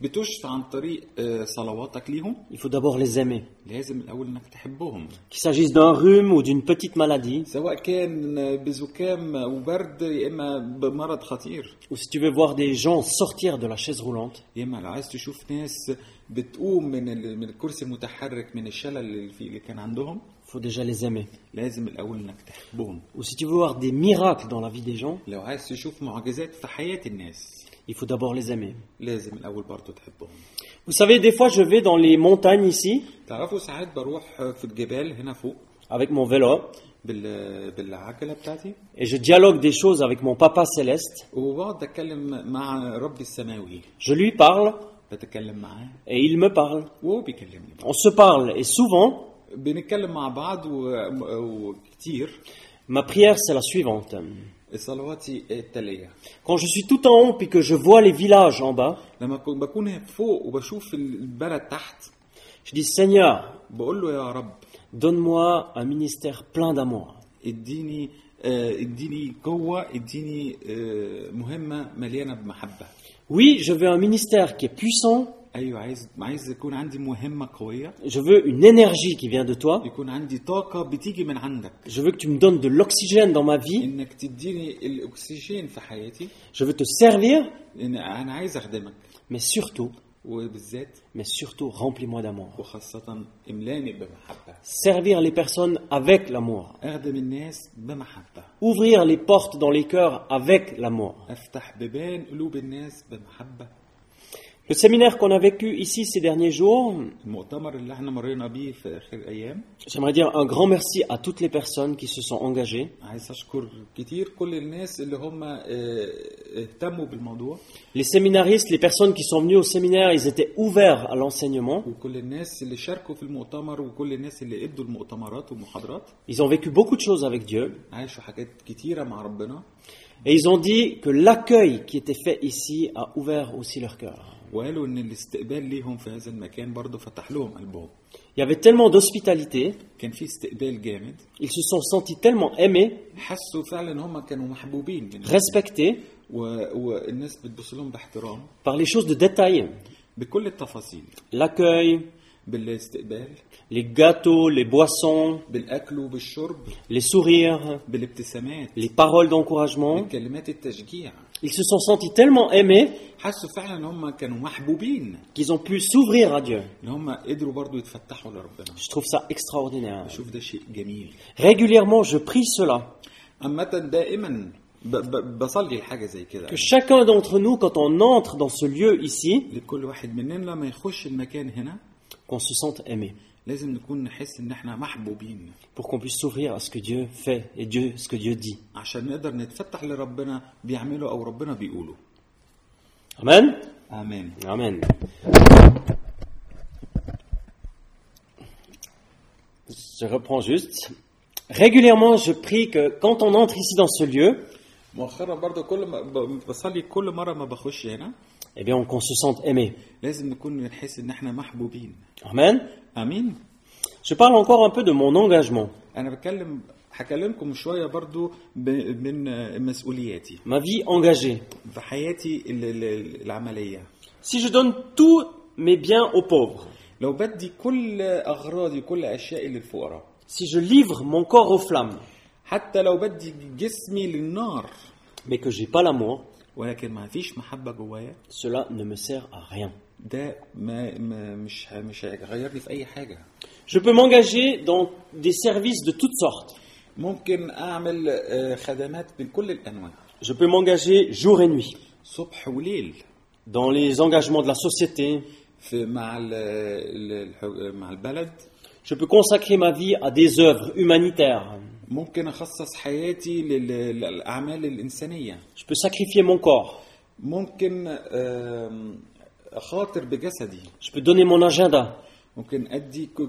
[SPEAKER 2] بتشفى عن طريق آه، صلواتك ليهم
[SPEAKER 1] il faut d'abord les aimer.
[SPEAKER 2] لازم الاول انك تحبهم
[SPEAKER 1] Qu'il s'agisse d'un rhume ou d'une petite maladie,
[SPEAKER 2] سواء كان بزكام وبرد يا اما بمرض خطير
[SPEAKER 1] ou si tu veux voir des gens sortir de la chaise roulante,
[SPEAKER 2] يا اما لو عايز تشوف ناس بتقوم من ال- من الكرسي المتحرك من الشلل اللي في- اللي كان عندهم
[SPEAKER 1] il faut déjà les aimer.
[SPEAKER 2] لازم الاول انك تحبهم
[SPEAKER 1] Ou si tu veux voir des miracles dans la vie des gens,
[SPEAKER 2] لو عايز تشوف معجزات في حياه الناس
[SPEAKER 1] il faut d'abord les aimer.
[SPEAKER 2] لازم الاول برضه تحبهم
[SPEAKER 1] Vous savez, des fois, je vais dans les montagnes ici
[SPEAKER 2] تعرفوا ساعات بروح في الجبال هنا فوق
[SPEAKER 1] avec mon vélo
[SPEAKER 2] بال... بالعجله بتاعتي
[SPEAKER 1] et je dialogue des choses avec mon papa céleste.
[SPEAKER 2] وبقعد اتكلم مع ربي السماوي
[SPEAKER 1] Je lui parle
[SPEAKER 2] بتكلم معاه
[SPEAKER 1] et il me parle.
[SPEAKER 2] وهو بيكلمني
[SPEAKER 1] On se parle et souvent,
[SPEAKER 2] بنتكلم مع بعض و... وكتير
[SPEAKER 1] Ma prière, c'est la suivante.
[SPEAKER 2] صلواتي التالية
[SPEAKER 1] Quand je suis tout en haut puis que je vois les villages en bas,
[SPEAKER 2] لما أكون- بكون فوق وبشوف البلد تحت
[SPEAKER 1] je dis Seigneur,
[SPEAKER 2] بقول له يا رب
[SPEAKER 1] donne-moi un ministère plein d'amour.
[SPEAKER 2] اديني آه، اديني قوة اديني آه، مهمة مليانة بمحبة
[SPEAKER 1] Oui, je veux un ministère qui est puissant,
[SPEAKER 2] ايوه عايز عايز يكون عندي مهمة قوية
[SPEAKER 1] je veux une énergie qui vient de toi,
[SPEAKER 2] يكون عندي طاقة بتيجي من عندك
[SPEAKER 1] je veux que tu me donnes de l'oxygène dans ma vie,
[SPEAKER 2] انك تديني الاكسجين في حياتي
[SPEAKER 1] je veux te servir,
[SPEAKER 2] لان انا عايز اخدمك
[SPEAKER 1] mais surtout,
[SPEAKER 2] وبالذات
[SPEAKER 1] mais surtout, remplis-moi d'amour.
[SPEAKER 2] وخاصة املاني بمحبة
[SPEAKER 1] Servir les personnes avec l'amour,
[SPEAKER 2] اخدم الناس بمحبة
[SPEAKER 1] ouvrir les portes dans les cœurs avec l'amour.
[SPEAKER 2] افتح بيبان قلوب الناس بمحبة
[SPEAKER 1] Le séminaire qu'on a vécu ici ces derniers jours,
[SPEAKER 2] المؤتمر اللي احنا مرينا بيه في اخر ايام
[SPEAKER 1] j'aimerais dire un grand merci à toutes les personnes qui se sont engagées.
[SPEAKER 2] عايز اشكر كتير كل الناس اللي هم آه، اهتموا بالموضوع
[SPEAKER 1] Les séminaristes, les personnes qui sont venues au séminaire, ils étaient ouverts à l'enseignement.
[SPEAKER 2] وكل الناس اللي شاركوا في المؤتمر وكل الناس اللي ادوا المؤتمرات والمحاضرات
[SPEAKER 1] Ils ont vécu beaucoup de choses avec Dieu.
[SPEAKER 2] عاشوا حاجات كتيرة مع ربنا
[SPEAKER 1] Et ils ont dit que l'accueil qui était fait ici a ouvert aussi leur cœur.
[SPEAKER 2] وقالوا ان الاستقبال ليهم في هذا المكان برضه فتح لهم قلبهم
[SPEAKER 1] Il y avait tellement d'hospitalité,
[SPEAKER 2] كان في استقبال جامد
[SPEAKER 1] ils se sont sentis tellement aimés,
[SPEAKER 2] حسوا فعلا ان هم كانوا محبوبين من الناس.
[SPEAKER 1] respectés
[SPEAKER 2] و... والناس بتبص لهم باحترام
[SPEAKER 1] par les choses de détail.
[SPEAKER 2] بكل التفاصيل
[SPEAKER 1] L'accueil,
[SPEAKER 2] بالاستقبال
[SPEAKER 1] les gâteaux, les boissons,
[SPEAKER 2] بالاكل وبالشرب
[SPEAKER 1] les sourires,
[SPEAKER 2] بالابتسامات
[SPEAKER 1] les paroles d'encouragement.
[SPEAKER 2] بكلمات التشجيع
[SPEAKER 1] Ils se sont sentis tellement aimés
[SPEAKER 2] حسوا فعلا ان هم كانوا محبوبين
[SPEAKER 1] qu'ils ont pu s'ouvrir à Dieu.
[SPEAKER 2] ان هم قدروا برضه يتفتحوا لربنا
[SPEAKER 1] Je trouve ça extraordinaire.
[SPEAKER 2] بشوف ده شيء جميل
[SPEAKER 1] Régulièrement, je prie cela.
[SPEAKER 2] عامة دائما ب... ب... بصلي الحاجة زي كده
[SPEAKER 1] Que chacun d'entre nous, quand on entre dans ce lieu ici,
[SPEAKER 2] لكل واحد مننا لما يخش المكان هنا
[SPEAKER 1] qu'on se sente aimé,
[SPEAKER 2] لازم نكون نحس ان احنا محبوبين
[SPEAKER 1] pour qu'on puisse s'ouvrir à ce que Dieu fait et Dieu, ce que Dieu dit.
[SPEAKER 2] عشان نقدر نتفتح لربنا بيعمله او ربنا بيقوله
[SPEAKER 1] Amen
[SPEAKER 2] امين
[SPEAKER 1] Amen. Je reprends juste. Régulièrement, je prie que quand on entre ici dans ce lieu,
[SPEAKER 2] مؤخرا برضه كل ما ب- بصلي كل مره ما بخش هنا
[SPEAKER 1] eh bien, qu'on se sente aimé.
[SPEAKER 2] لازم نكون نحس ان احنا محبوبين
[SPEAKER 1] Amen
[SPEAKER 2] امين
[SPEAKER 1] Je parle encore un peu de mon engagement,
[SPEAKER 2] انا بتكلم هكلمكم شويه برضو ب- من آه، مسؤولياتي
[SPEAKER 1] ma vie engagée.
[SPEAKER 2] في حياتي ال- ال- العمليه
[SPEAKER 1] Si je donne tous mes biens aux pauvres,
[SPEAKER 2] لو بدي كل اغراضي كل اشيائي للفقراء
[SPEAKER 1] si je livre mon corps aux flammes,
[SPEAKER 2] حتى لو بدي جسمي للنار
[SPEAKER 1] mais que j'ai pas l'amour,
[SPEAKER 2] ولكن ما فيش محبه جوايا
[SPEAKER 1] cela ne me sert à rien.
[SPEAKER 2] ده ما ما- مش ه- مش هيغيرني في اي حاجه
[SPEAKER 1] Je peux m'engager dans des services de toutes sortes.
[SPEAKER 2] ممكن اعمل آه، خدمات من كل الانواع
[SPEAKER 1] Je peux m'engager jour et nuit
[SPEAKER 2] صبح وليل
[SPEAKER 1] dans les engagements de la société.
[SPEAKER 2] في مع ال- ال- الح- مع البلد
[SPEAKER 1] Je peux consacrer ma vie à des œuvres humanitaires.
[SPEAKER 2] ممكن اخصص حياتي لل- للاعمال الانسانيه
[SPEAKER 1] Je peux sacrifier mon corps.
[SPEAKER 2] ممكن آم، اخاطر بجسدي
[SPEAKER 1] Je peux donner mon agenda,
[SPEAKER 2] ممكن ادي ك-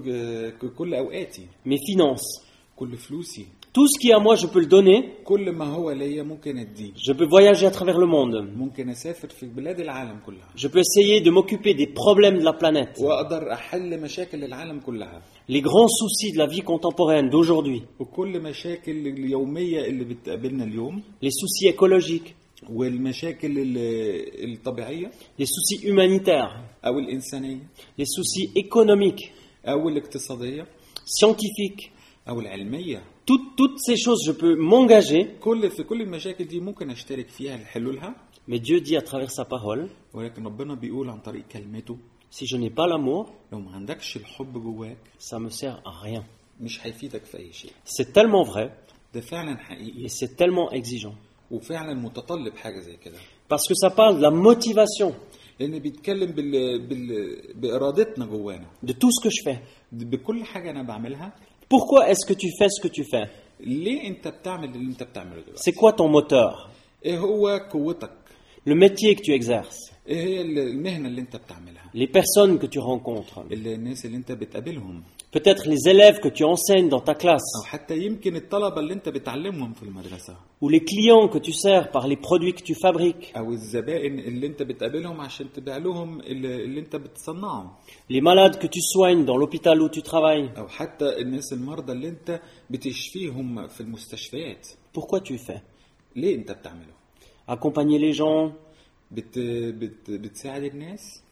[SPEAKER 2] ك- كل اوقاتي
[SPEAKER 1] mes finances.
[SPEAKER 2] كل فلوسي
[SPEAKER 1] Tout ce qui est à moi, je peux le donner.
[SPEAKER 2] كل ما هو ليا ممكن اديه
[SPEAKER 1] Je peux voyager à travers le monde.
[SPEAKER 2] ممكن اسافر في بلاد العالم كلها
[SPEAKER 1] Je peux essayer de m'occuper des problèmes de la planète,
[SPEAKER 2] واقدر احل مشاكل العالم كلها
[SPEAKER 1] les grands soucis de la vie contemporaine d'aujourd'hui,
[SPEAKER 2] وكل مشاكل اليوميه اللي بتقابلنا اليوم
[SPEAKER 1] les soucis écologiques,
[SPEAKER 2] والمشاكل ال- الطبيعيه
[SPEAKER 1] les soucis humanitaires,
[SPEAKER 2] او الانسانيه
[SPEAKER 1] les soucis économiques,
[SPEAKER 2] او الاقتصاديه
[SPEAKER 1] scientifiques,
[SPEAKER 2] او العلميه
[SPEAKER 1] Toutes- toutes ces choses, je peux m'engager,
[SPEAKER 2] كل في كل المشاكل دي ممكن اشترك فيها لحلولها
[SPEAKER 1] mais Dieu dit à travers sa parole,
[SPEAKER 2] ولكن ربنا بيقول عن طريق كلمته
[SPEAKER 1] si je n'ai pas l'amour,
[SPEAKER 2] لو ما عندكش الحب جواك
[SPEAKER 1] ça me sert à rien.
[SPEAKER 2] مش هيفيدك في اي شيء
[SPEAKER 1] C'est tellement vrai
[SPEAKER 2] ده فعلا
[SPEAKER 1] et
[SPEAKER 2] حقيقي
[SPEAKER 1] c'est tellement exigeant.
[SPEAKER 2] وفعلا متطلب حاجه زي كده
[SPEAKER 1] Parce que ça parle de la motivation
[SPEAKER 2] لان بيتكلم بال... بال... بارادتنا جوانا
[SPEAKER 1] de tout ce que je fais.
[SPEAKER 2] بكل حاجه انا بعملها
[SPEAKER 1] Pourquoi est-ce que tu fais ce que tu fais
[SPEAKER 2] ليه انت بتعمل اللي انت بتعمله دلوقتي
[SPEAKER 1] C'est quoi ton moteur
[SPEAKER 2] ايه هو قوتك إيه
[SPEAKER 1] Le métier que tu exerces
[SPEAKER 2] ايه هي المهنه اللي انت بتعملها
[SPEAKER 1] Les personnes que tu rencontres
[SPEAKER 2] اللي الناس اللي انت بتقابلهم
[SPEAKER 1] peut-être les élèves que tu enseignes dans ta
[SPEAKER 2] أو
[SPEAKER 1] classe,
[SPEAKER 2] حتى يمكن الطلبة اللي أنت بتعلمهم في المدرسة
[SPEAKER 1] ou les clients que tu sers par les produits que tu fabriques,
[SPEAKER 2] أو الزبائن اللي أنت بتقابلهم عشان تبيع لهم اللي اللي أنت بتصنعه
[SPEAKER 1] les malades que tu soignes dans l'hôpital où tu travailles.
[SPEAKER 2] أو حتى الناس المرضى اللي أنت بتشفيهم في المستشفيات
[SPEAKER 1] Pourquoi tu fais
[SPEAKER 2] ليه أنت بتعمله؟
[SPEAKER 1] Accompagner les gens
[SPEAKER 2] بت... بت... بتساعد الناس؟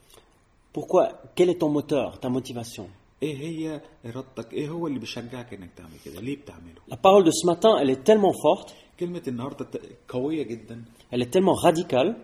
[SPEAKER 1] Pourquoi Quel est ton moteur, ta motivation
[SPEAKER 2] إيه هي إرادتك؟ إيه هو اللي بيشجعك إنك تعمل كده؟ ليه بتعمله؟
[SPEAKER 1] La parole de ce matin, elle est tellement forte,
[SPEAKER 2] كلمة النهاردة ت- قوية جدا
[SPEAKER 1] elle est tellement radicale.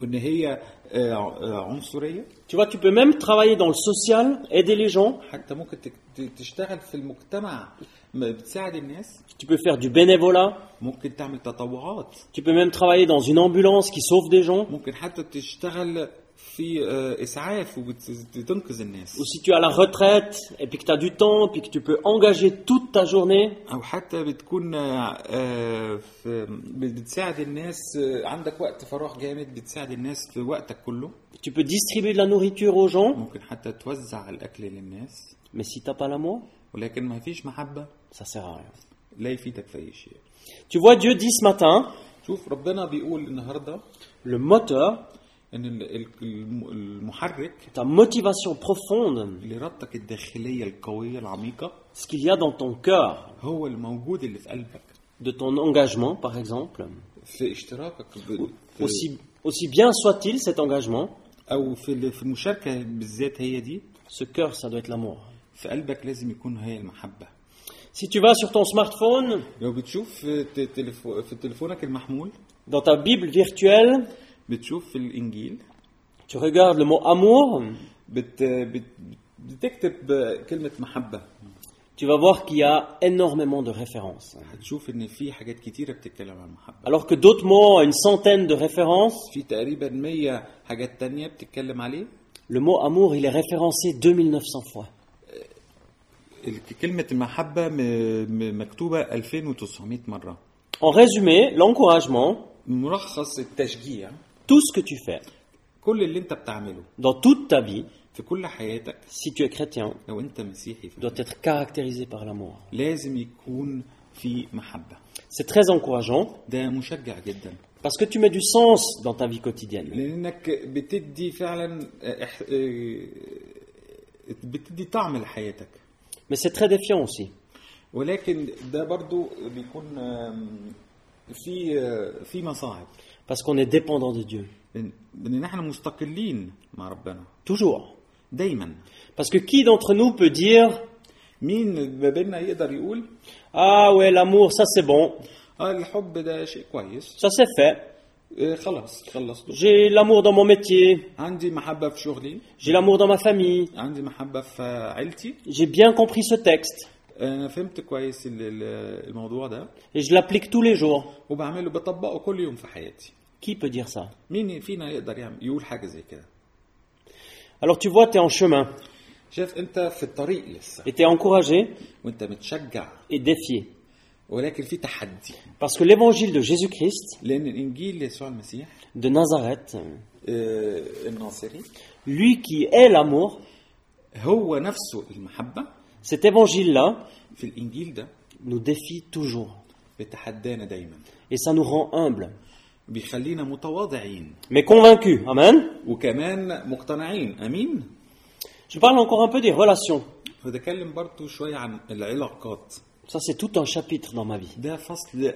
[SPEAKER 2] وإن هي آه، آه، عنصرية
[SPEAKER 1] Tu vois, tu peux même travailler dans le social, aider les gens,
[SPEAKER 2] حتى ممكن تك- ت- تشتغل في المجتمع ما بتساعد الناس
[SPEAKER 1] tu peux faire du bénévolat,
[SPEAKER 2] ممكن تعمل تطوعات
[SPEAKER 1] tu peux même travailler dans une ambulance qui sauve des gens,
[SPEAKER 2] ممكن حتى تشتغل في آه، إسعاف وتنقذ الناس
[SPEAKER 1] ou si tu es à la retraite et puis que tu as du temps, puis que tu peux engager toute ta journée
[SPEAKER 2] أو حتى بتكون آه، آه، في- بتساعد الناس آه، عندك وقت فراغ جامد بتساعد الناس في وقتك كله
[SPEAKER 1] Tu peux distribuer de la nourriture aux gens,
[SPEAKER 2] ممكن حتى توزع الأكل للناس
[SPEAKER 1] mais si t'as pas l'amour,
[SPEAKER 2] ولكن ما فيش محبة
[SPEAKER 1] ça sert à rien.
[SPEAKER 2] لا يفيدك في أي شيء
[SPEAKER 1] Tu vois, Dieu dit ce matin,
[SPEAKER 2] شوف ربنا بيقول النهاردة
[SPEAKER 1] le moteur,
[SPEAKER 2] إن ال- ال- الم- المحرك
[SPEAKER 1] ta motivation profonde,
[SPEAKER 2] لإرادتك الداخلية القوية العميقة
[SPEAKER 1] ce qu'il y a dans ton cœur,
[SPEAKER 2] هو الموجود اللي في قلبك
[SPEAKER 1] de ton engagement, par exemple,
[SPEAKER 2] في اشتراكك ب- في-
[SPEAKER 1] aussi, aussi bien soit-il cet engagement,
[SPEAKER 2] او في في المشاركه بالذات هي دي
[SPEAKER 1] ce cœur, ça doit être l'amour.
[SPEAKER 2] في قلبك لازم يكون هي المحبه
[SPEAKER 1] Si tu vas sur ton smartphone,
[SPEAKER 2] لو بتشوف في ت- تليفو- في تليفونك المحمول
[SPEAKER 1] dans ta Bible virtuelle,
[SPEAKER 2] بتشوف في الانجيل
[SPEAKER 1] tu regardes le mot amour,
[SPEAKER 2] بت بت بتكتب كلمه محبه
[SPEAKER 1] tu vas voir qu'il y a énormément de références.
[SPEAKER 2] هتشوف ان في حاجات كتيره بتتكلم عن المحبه
[SPEAKER 1] Alors que d'autres mots ont une centaine de références,
[SPEAKER 2] في تقريبا 100 حاجات تانية بتتكلم عليه
[SPEAKER 1] le mot amour, il est référencé 2900 fois.
[SPEAKER 2] ال- كلمة المحبة م- م- مكتوبة 2900 مرة
[SPEAKER 1] En résumé, l'encouragement,
[SPEAKER 2] ملخص التشجيع
[SPEAKER 1] tout ce que tu fais,
[SPEAKER 2] كل اللي انت بتعمله
[SPEAKER 1] dans toute ta vie,
[SPEAKER 2] في كل حياتك
[SPEAKER 1] si tu es chrétien,
[SPEAKER 2] لو انت مسيحي في
[SPEAKER 1] doit être caractérisé par l'amour.
[SPEAKER 2] لازم يكون في محبة
[SPEAKER 1] C'est très encourageant
[SPEAKER 2] ده مشجع جدا
[SPEAKER 1] parce que tu mets du sens dans ta vie quotidienne.
[SPEAKER 2] لأنك بتدي فعلا إح... إيه، بتدي طعم لحياتك
[SPEAKER 1] Mais c'est très défiant aussi.
[SPEAKER 2] ولكن ده برضو بيكون آم، في آه، في مصاعب
[SPEAKER 1] Parce qu'on est dépendant de Dieu.
[SPEAKER 2] لأن لأن احنا مستقلين مع ربنا
[SPEAKER 1] Toujours.
[SPEAKER 2] دايما
[SPEAKER 1] Parce que qui d'entre nous peut dire
[SPEAKER 2] مين ما بينا يقدر يقول
[SPEAKER 1] Ah ouais, l'amour, ça c'est bon,
[SPEAKER 2] اه الحب ده شيء كويس
[SPEAKER 1] ça c'est fait.
[SPEAKER 2] آه، خلاص خلصته
[SPEAKER 1] J'ai l'amour dans mon métier,
[SPEAKER 2] عندي محبة في شغلي
[SPEAKER 1] j'ai l'amour dans ma famille,
[SPEAKER 2] عندي محبة في عيلتي
[SPEAKER 1] j'ai bien compris ce texte
[SPEAKER 2] انا فهمت كويس ال- ال- الموضوع ده
[SPEAKER 1] et je l'applique tous les jours.
[SPEAKER 2] وبعمله بطبقه كل يوم في حياتي
[SPEAKER 1] Qui peut dire ça
[SPEAKER 2] مين فينا يقدر يعمل يقول حاجه زي كده
[SPEAKER 1] Alors tu vois, tu es en chemin
[SPEAKER 2] شايف انت في الطريق لسه
[SPEAKER 1] et tu es encouragé
[SPEAKER 2] وانت متشجع
[SPEAKER 1] et défié.
[SPEAKER 2] ولكن في تحدي
[SPEAKER 1] Parce que l'évangile de Jésus-Christ
[SPEAKER 2] لان الانجيل يسوع المسيح
[SPEAKER 1] de Nazareth,
[SPEAKER 2] آه، الناصري
[SPEAKER 1] lui qui est l'amour,
[SPEAKER 2] هو نفسه المحبه
[SPEAKER 1] cet évangile-là
[SPEAKER 2] في الانجيل ده
[SPEAKER 1] nous défie toujours.
[SPEAKER 2] بتحدانا دايما
[SPEAKER 1] Et ça nous rend humbles,
[SPEAKER 2] بيخلينا متواضعين
[SPEAKER 1] mais convaincus. Amen.
[SPEAKER 2] وكمان مقتنعين امين
[SPEAKER 1] Je parle encore un peu des relations.
[SPEAKER 2] فبتكلم برضو شويه عن العلاقات
[SPEAKER 1] Ça, c'est tout un chapitre dans ma vie.
[SPEAKER 2] ده فصل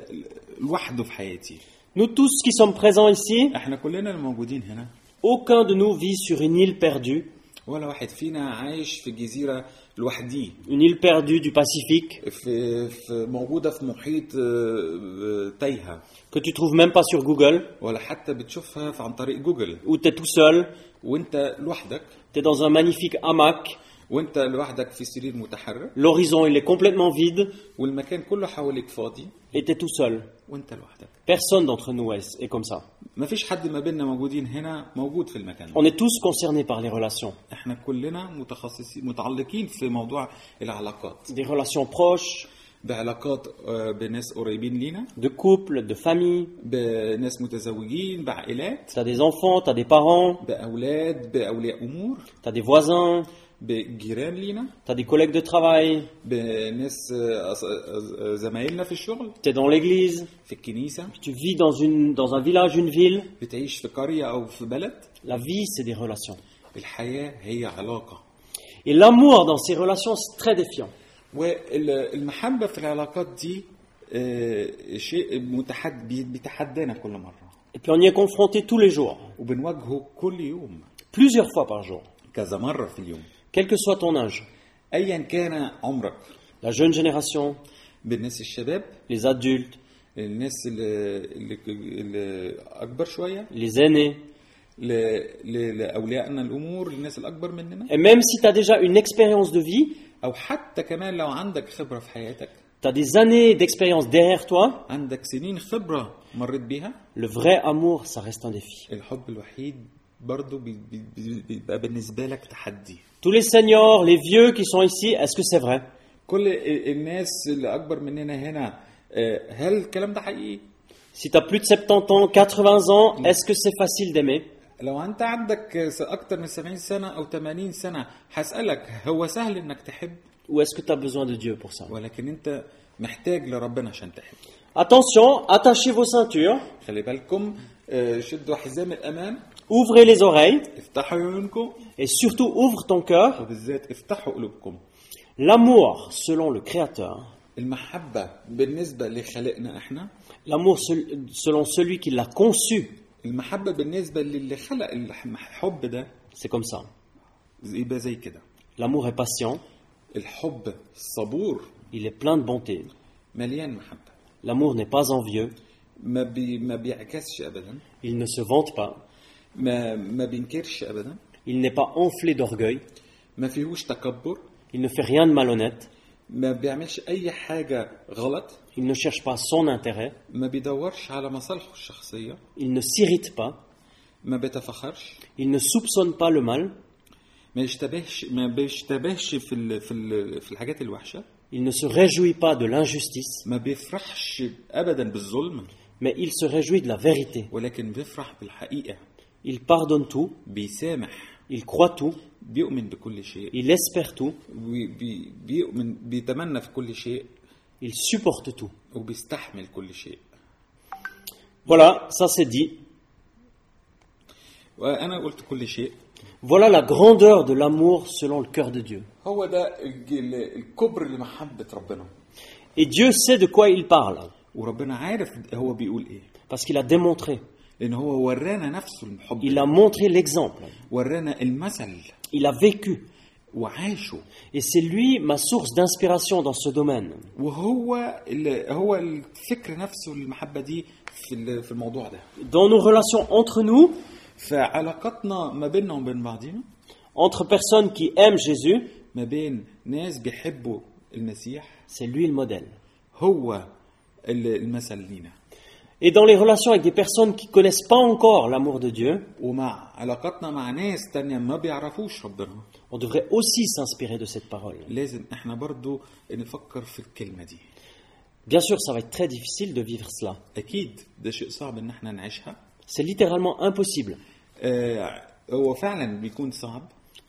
[SPEAKER 2] لوحده في حياتي
[SPEAKER 1] Nous tous qui sommes présents ici,
[SPEAKER 2] احنا كلنا الموجودين هنا
[SPEAKER 1] aucun de nous vit sur une île perdue,
[SPEAKER 2] ولا واحد فينا عايش في جزيرة لوحديه
[SPEAKER 1] une île perdue du Pacifique
[SPEAKER 2] في, في موجودة في محيط آه، آه، تايهة
[SPEAKER 1] que tu trouves même pas sur Google,
[SPEAKER 2] ولا حتى بتشوفها في- عن طريق جوجل
[SPEAKER 1] où t'es tout seul,
[SPEAKER 2] وانت لوحدك
[SPEAKER 1] t'es dans un magnifique hamac,
[SPEAKER 2] وانت لوحدك في سرير متحرك
[SPEAKER 1] l'horizon il est complètement vide
[SPEAKER 2] والمكان كله حواليك فاضي
[SPEAKER 1] et t'es tout seul.
[SPEAKER 2] وانت لوحدك
[SPEAKER 1] Personne d'entre nous est, est comme ça.
[SPEAKER 2] مفيش حد ما بيننا موجودين هنا موجود في المكان ده.
[SPEAKER 1] On est tous concernés par les relations,
[SPEAKER 2] احنا كلنا متخصصين متعلقين في موضوع العلاقات
[SPEAKER 1] des relations proches,
[SPEAKER 2] ده علاقات آه، بناس قريبين لينا
[SPEAKER 1] de couple, de famille.
[SPEAKER 2] بناس متزوجين بعائلات
[SPEAKER 1] T'as des enfants, t'as des parents,
[SPEAKER 2] بأولاد بأولياء أمور
[SPEAKER 1] t'as des voisins,
[SPEAKER 2] بجيران لينا
[SPEAKER 1] t'as des collègues de travail,
[SPEAKER 2] بناس آه، أص- آه، آه، زمايلنا في الشغل
[SPEAKER 1] t'es dans l'église,
[SPEAKER 2] في الكنيسة
[SPEAKER 1] tu vis dans, une, dans un village, une ville.
[SPEAKER 2] بتعيش في قرية أو في بلد
[SPEAKER 1] La vie, c'est des relations.
[SPEAKER 2] الحياة هي علاقة
[SPEAKER 1] Et l'amour dans ces relations, c'est très défiant.
[SPEAKER 2] والمحبة في العلاقات دي آه، شيء متحد بي- بيتحدانا كل مرة
[SPEAKER 1] Et puis on y est confronté tous les jours,
[SPEAKER 2] وبنواجهه كل يوم
[SPEAKER 1] plusieurs fois par jour,
[SPEAKER 2] كذا مرة في اليوم
[SPEAKER 1] quel que soit ton âge.
[SPEAKER 2] أيا كان عمرك
[SPEAKER 1] La jeune génération,
[SPEAKER 2] بالناس الشباب
[SPEAKER 1] les adultes,
[SPEAKER 2] الناس اللي, اللي, اللي أكبر شوية
[SPEAKER 1] les aînés.
[SPEAKER 2] ل... ل... لأوليائنا الأمور للناس الأكبر مننا
[SPEAKER 1] Et même si tu as déjà une expérience de vie,
[SPEAKER 2] أو حتى كمان لو عندك خبرة في حياتك
[SPEAKER 1] tu as des années d'expérience derrière toi,
[SPEAKER 2] عندك سنين خبرة مريت بيها
[SPEAKER 1] le vrai amour, ça reste un défi.
[SPEAKER 2] الحب الوحيد برضه بي- بي- بي- بيبقى بالنسبة لك تحدي
[SPEAKER 1] Tous les seniors, les vieux qui sont ici, est-ce que c'est vrai
[SPEAKER 2] كل ال- الناس اللي أكبر مننا هنا آه، هل الكلام ده حقيقي؟
[SPEAKER 1] Si tu as plus de 70 ans, 80 ans, est-ce que c'est facile d'aimer
[SPEAKER 2] لو أنت عندك س- أكتر من 70 سنة أو 80 سنة هسألك هو سهل إنك تحب
[SPEAKER 1] Ou est-ce que tu as besoin de Dieu pour ça
[SPEAKER 2] ولكن أنت محتاج لربنا عشان تحب
[SPEAKER 1] Attention, attachez vos ceintures,
[SPEAKER 2] خلي بالكم آه، شدوا حزام الأمان
[SPEAKER 1] ouvrez les oreilles
[SPEAKER 2] افتحوا عيونكم
[SPEAKER 1] et surtout ouvre ton cœur.
[SPEAKER 2] وبالذات افتحوا قلوبكم
[SPEAKER 1] L'amour, selon le Créateur,
[SPEAKER 2] المحبة بالنسبة لخلقنا احنا
[SPEAKER 1] l'amour sel- selon celui qui l'a conçu,
[SPEAKER 2] المحبة بالنسبة للي خلق الحب ده
[SPEAKER 1] c'est comme ça.
[SPEAKER 2] يبقى زي كده
[SPEAKER 1] L'amour est patient,
[SPEAKER 2] الحب الصبور
[SPEAKER 1] il est plein de bonté.
[SPEAKER 2] مليان محبة
[SPEAKER 1] L'amour n'est pas envieux,
[SPEAKER 2] ما بي ما بيعكسش ابدا
[SPEAKER 1] il ne se vante pas,
[SPEAKER 2] ما ما بينكرش ابدا
[SPEAKER 1] il n'est pas enflé d'orgueil,
[SPEAKER 2] ما فيهوش تكبر
[SPEAKER 1] il ne fait rien de malhonnête,
[SPEAKER 2] ما بيعملش اي حاجة غلط
[SPEAKER 1] il ne cherche pas son intérêt,
[SPEAKER 2] ما بيدورش على مصالحه الشخصية
[SPEAKER 1] il ne s'irrite pas,
[SPEAKER 2] ما بيتفخرش
[SPEAKER 1] il ne soupçonne pas le mal,
[SPEAKER 2] ما يشتبهش ما بيشتبهش في ال في ال في الحاجات الوحشه
[SPEAKER 1] il ne se réjouit pas de l'injustice,
[SPEAKER 2] ما بيفرحش ابدا بالظلم
[SPEAKER 1] mais il se réjouit de la vérité.
[SPEAKER 2] ولكن بيفرح بالحقيقه
[SPEAKER 1] Il pardonne tout,
[SPEAKER 2] بيسامح
[SPEAKER 1] il croit tout,
[SPEAKER 2] بيؤمن بكل شيء
[SPEAKER 1] il espère tout,
[SPEAKER 2] وي- بي بيؤمن بيتمنى في كل شيء
[SPEAKER 1] il supporte tout.
[SPEAKER 2] وبيستحمل كل شيء
[SPEAKER 1] Voilà, ça c'est dit.
[SPEAKER 2] وانا قلت كل شيء
[SPEAKER 1] Voilà la grandeur de l'amour selon le cœur de Dieu.
[SPEAKER 2] هو ده الج- ال- الكبر لمحبه ربنا
[SPEAKER 1] Et Dieu sait de quoi il parle,
[SPEAKER 2] وربنا عارف هو بيقول ايه
[SPEAKER 1] parce qu'il a démontré,
[SPEAKER 2] لان هو ورانا نفسه الحب
[SPEAKER 1] il a montré l'exemple,
[SPEAKER 2] ورانا المثل
[SPEAKER 1] il a vécu.
[SPEAKER 2] وعاشه
[SPEAKER 1] Et c'est lui ma source d'inspiration dans ce domaine.
[SPEAKER 2] وهو ال- هو الفكر نفسه المحبه دي في ال- في الموضوع ده
[SPEAKER 1] Dans nos relations entre nous,
[SPEAKER 2] فعلاقتنا ما بيننا وبين بعضينا
[SPEAKER 1] entre personnes qui aiment Jésus,
[SPEAKER 2] ما بين ناس بيحبوا المسيح
[SPEAKER 1] c'est lui le modèle.
[SPEAKER 2] هو ال- المثل لينا
[SPEAKER 1] Et dans les relations avec des personnes qui connaissent pas encore l'amour de Dieu,
[SPEAKER 2] ومع علاقتنا مع ناس تانية ما بيعرفوش ربنا
[SPEAKER 1] on devrait aussi s'inspirer de cette parole.
[SPEAKER 2] لازم احنا برضو نفكر في الكلمة دي
[SPEAKER 1] Bien sûr, ça va être très difficile de vivre cela.
[SPEAKER 2] اكيد ده شيء صعب ان احنا نعيشها
[SPEAKER 1] C'est littéralement impossible.
[SPEAKER 2] آه هو فعلا بيكون صعب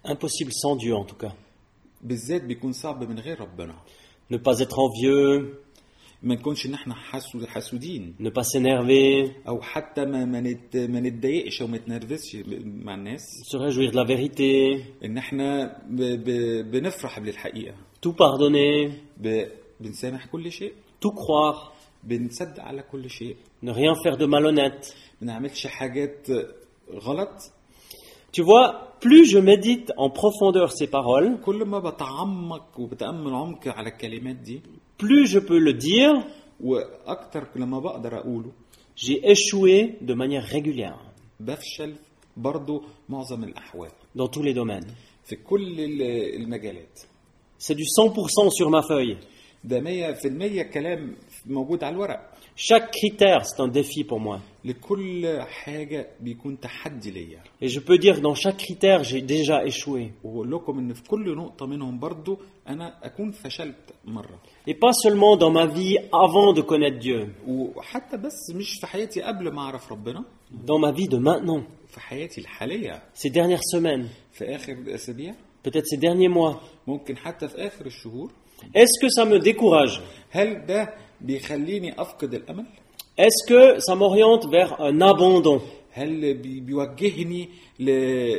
[SPEAKER 1] Impossible sans Dieu en tout cas.
[SPEAKER 2] بالذات بيكون صعب من غير ربنا
[SPEAKER 1] Ne pas être envieux,
[SPEAKER 2] ما نكونش ان احنا حاسو- حاسودين
[SPEAKER 1] ne pas s'énerver,
[SPEAKER 2] او حتى ما ما, نت... ما نتضايقش او ما نتنرفزش مع الناس
[SPEAKER 1] se réjouir de la vérité,
[SPEAKER 2] ان احنا ب... ب... بنفرح بالحقيقه
[SPEAKER 1] tout pardonner,
[SPEAKER 2] ب... بنسامح كل شيء
[SPEAKER 1] tout croire,
[SPEAKER 2] بنصدق على كل شيء
[SPEAKER 1] ne rien faire de malhonnête.
[SPEAKER 2] ما نعملش حاجات غلط
[SPEAKER 1] Tu vois, plus je médite en profondeur ces paroles,
[SPEAKER 2] كل ما بتعمق وبتأمل عمق على الكلمات دي
[SPEAKER 1] plus je peux le dire,
[SPEAKER 2] واكتر لما بقدر اقوله
[SPEAKER 1] j'ai échoué de manière régulière
[SPEAKER 2] بفشل برضو معظم الاحوال
[SPEAKER 1] dans tous les domaines.
[SPEAKER 2] في كل ال- المجالات
[SPEAKER 1] C'est du 100% sur ma feuille.
[SPEAKER 2] ده 100% كلام موجود على الورق
[SPEAKER 1] Chaque critère, c'est un défi pour moi.
[SPEAKER 2] لكل حاجة بيكون تحدي ليا
[SPEAKER 1] Et je peux dire que dans chaque critère, j'ai déjà échoué.
[SPEAKER 2] وأقول لكم إن في كل نقطة منهم برضو أنا أكون فشلت مرة
[SPEAKER 1] Et pas seulement dans ma vie avant de connaître Dieu,
[SPEAKER 2] وحتى بس مش في حياتي قبل ما أعرف ربنا
[SPEAKER 1] dans ma vie de maintenant,
[SPEAKER 2] في حياتي الحالية
[SPEAKER 1] ces dernières semaines,
[SPEAKER 2] في آخر الأسابيع
[SPEAKER 1] peut-être ces derniers mois.
[SPEAKER 2] ممكن حتى في آخر الشهور
[SPEAKER 1] Est-ce que ça me décourage
[SPEAKER 2] هل ده بيخليني أفقد الأمل؟
[SPEAKER 1] Est-ce que ça m'oriente vers un abandon
[SPEAKER 2] هل بي- بيوجهني ل-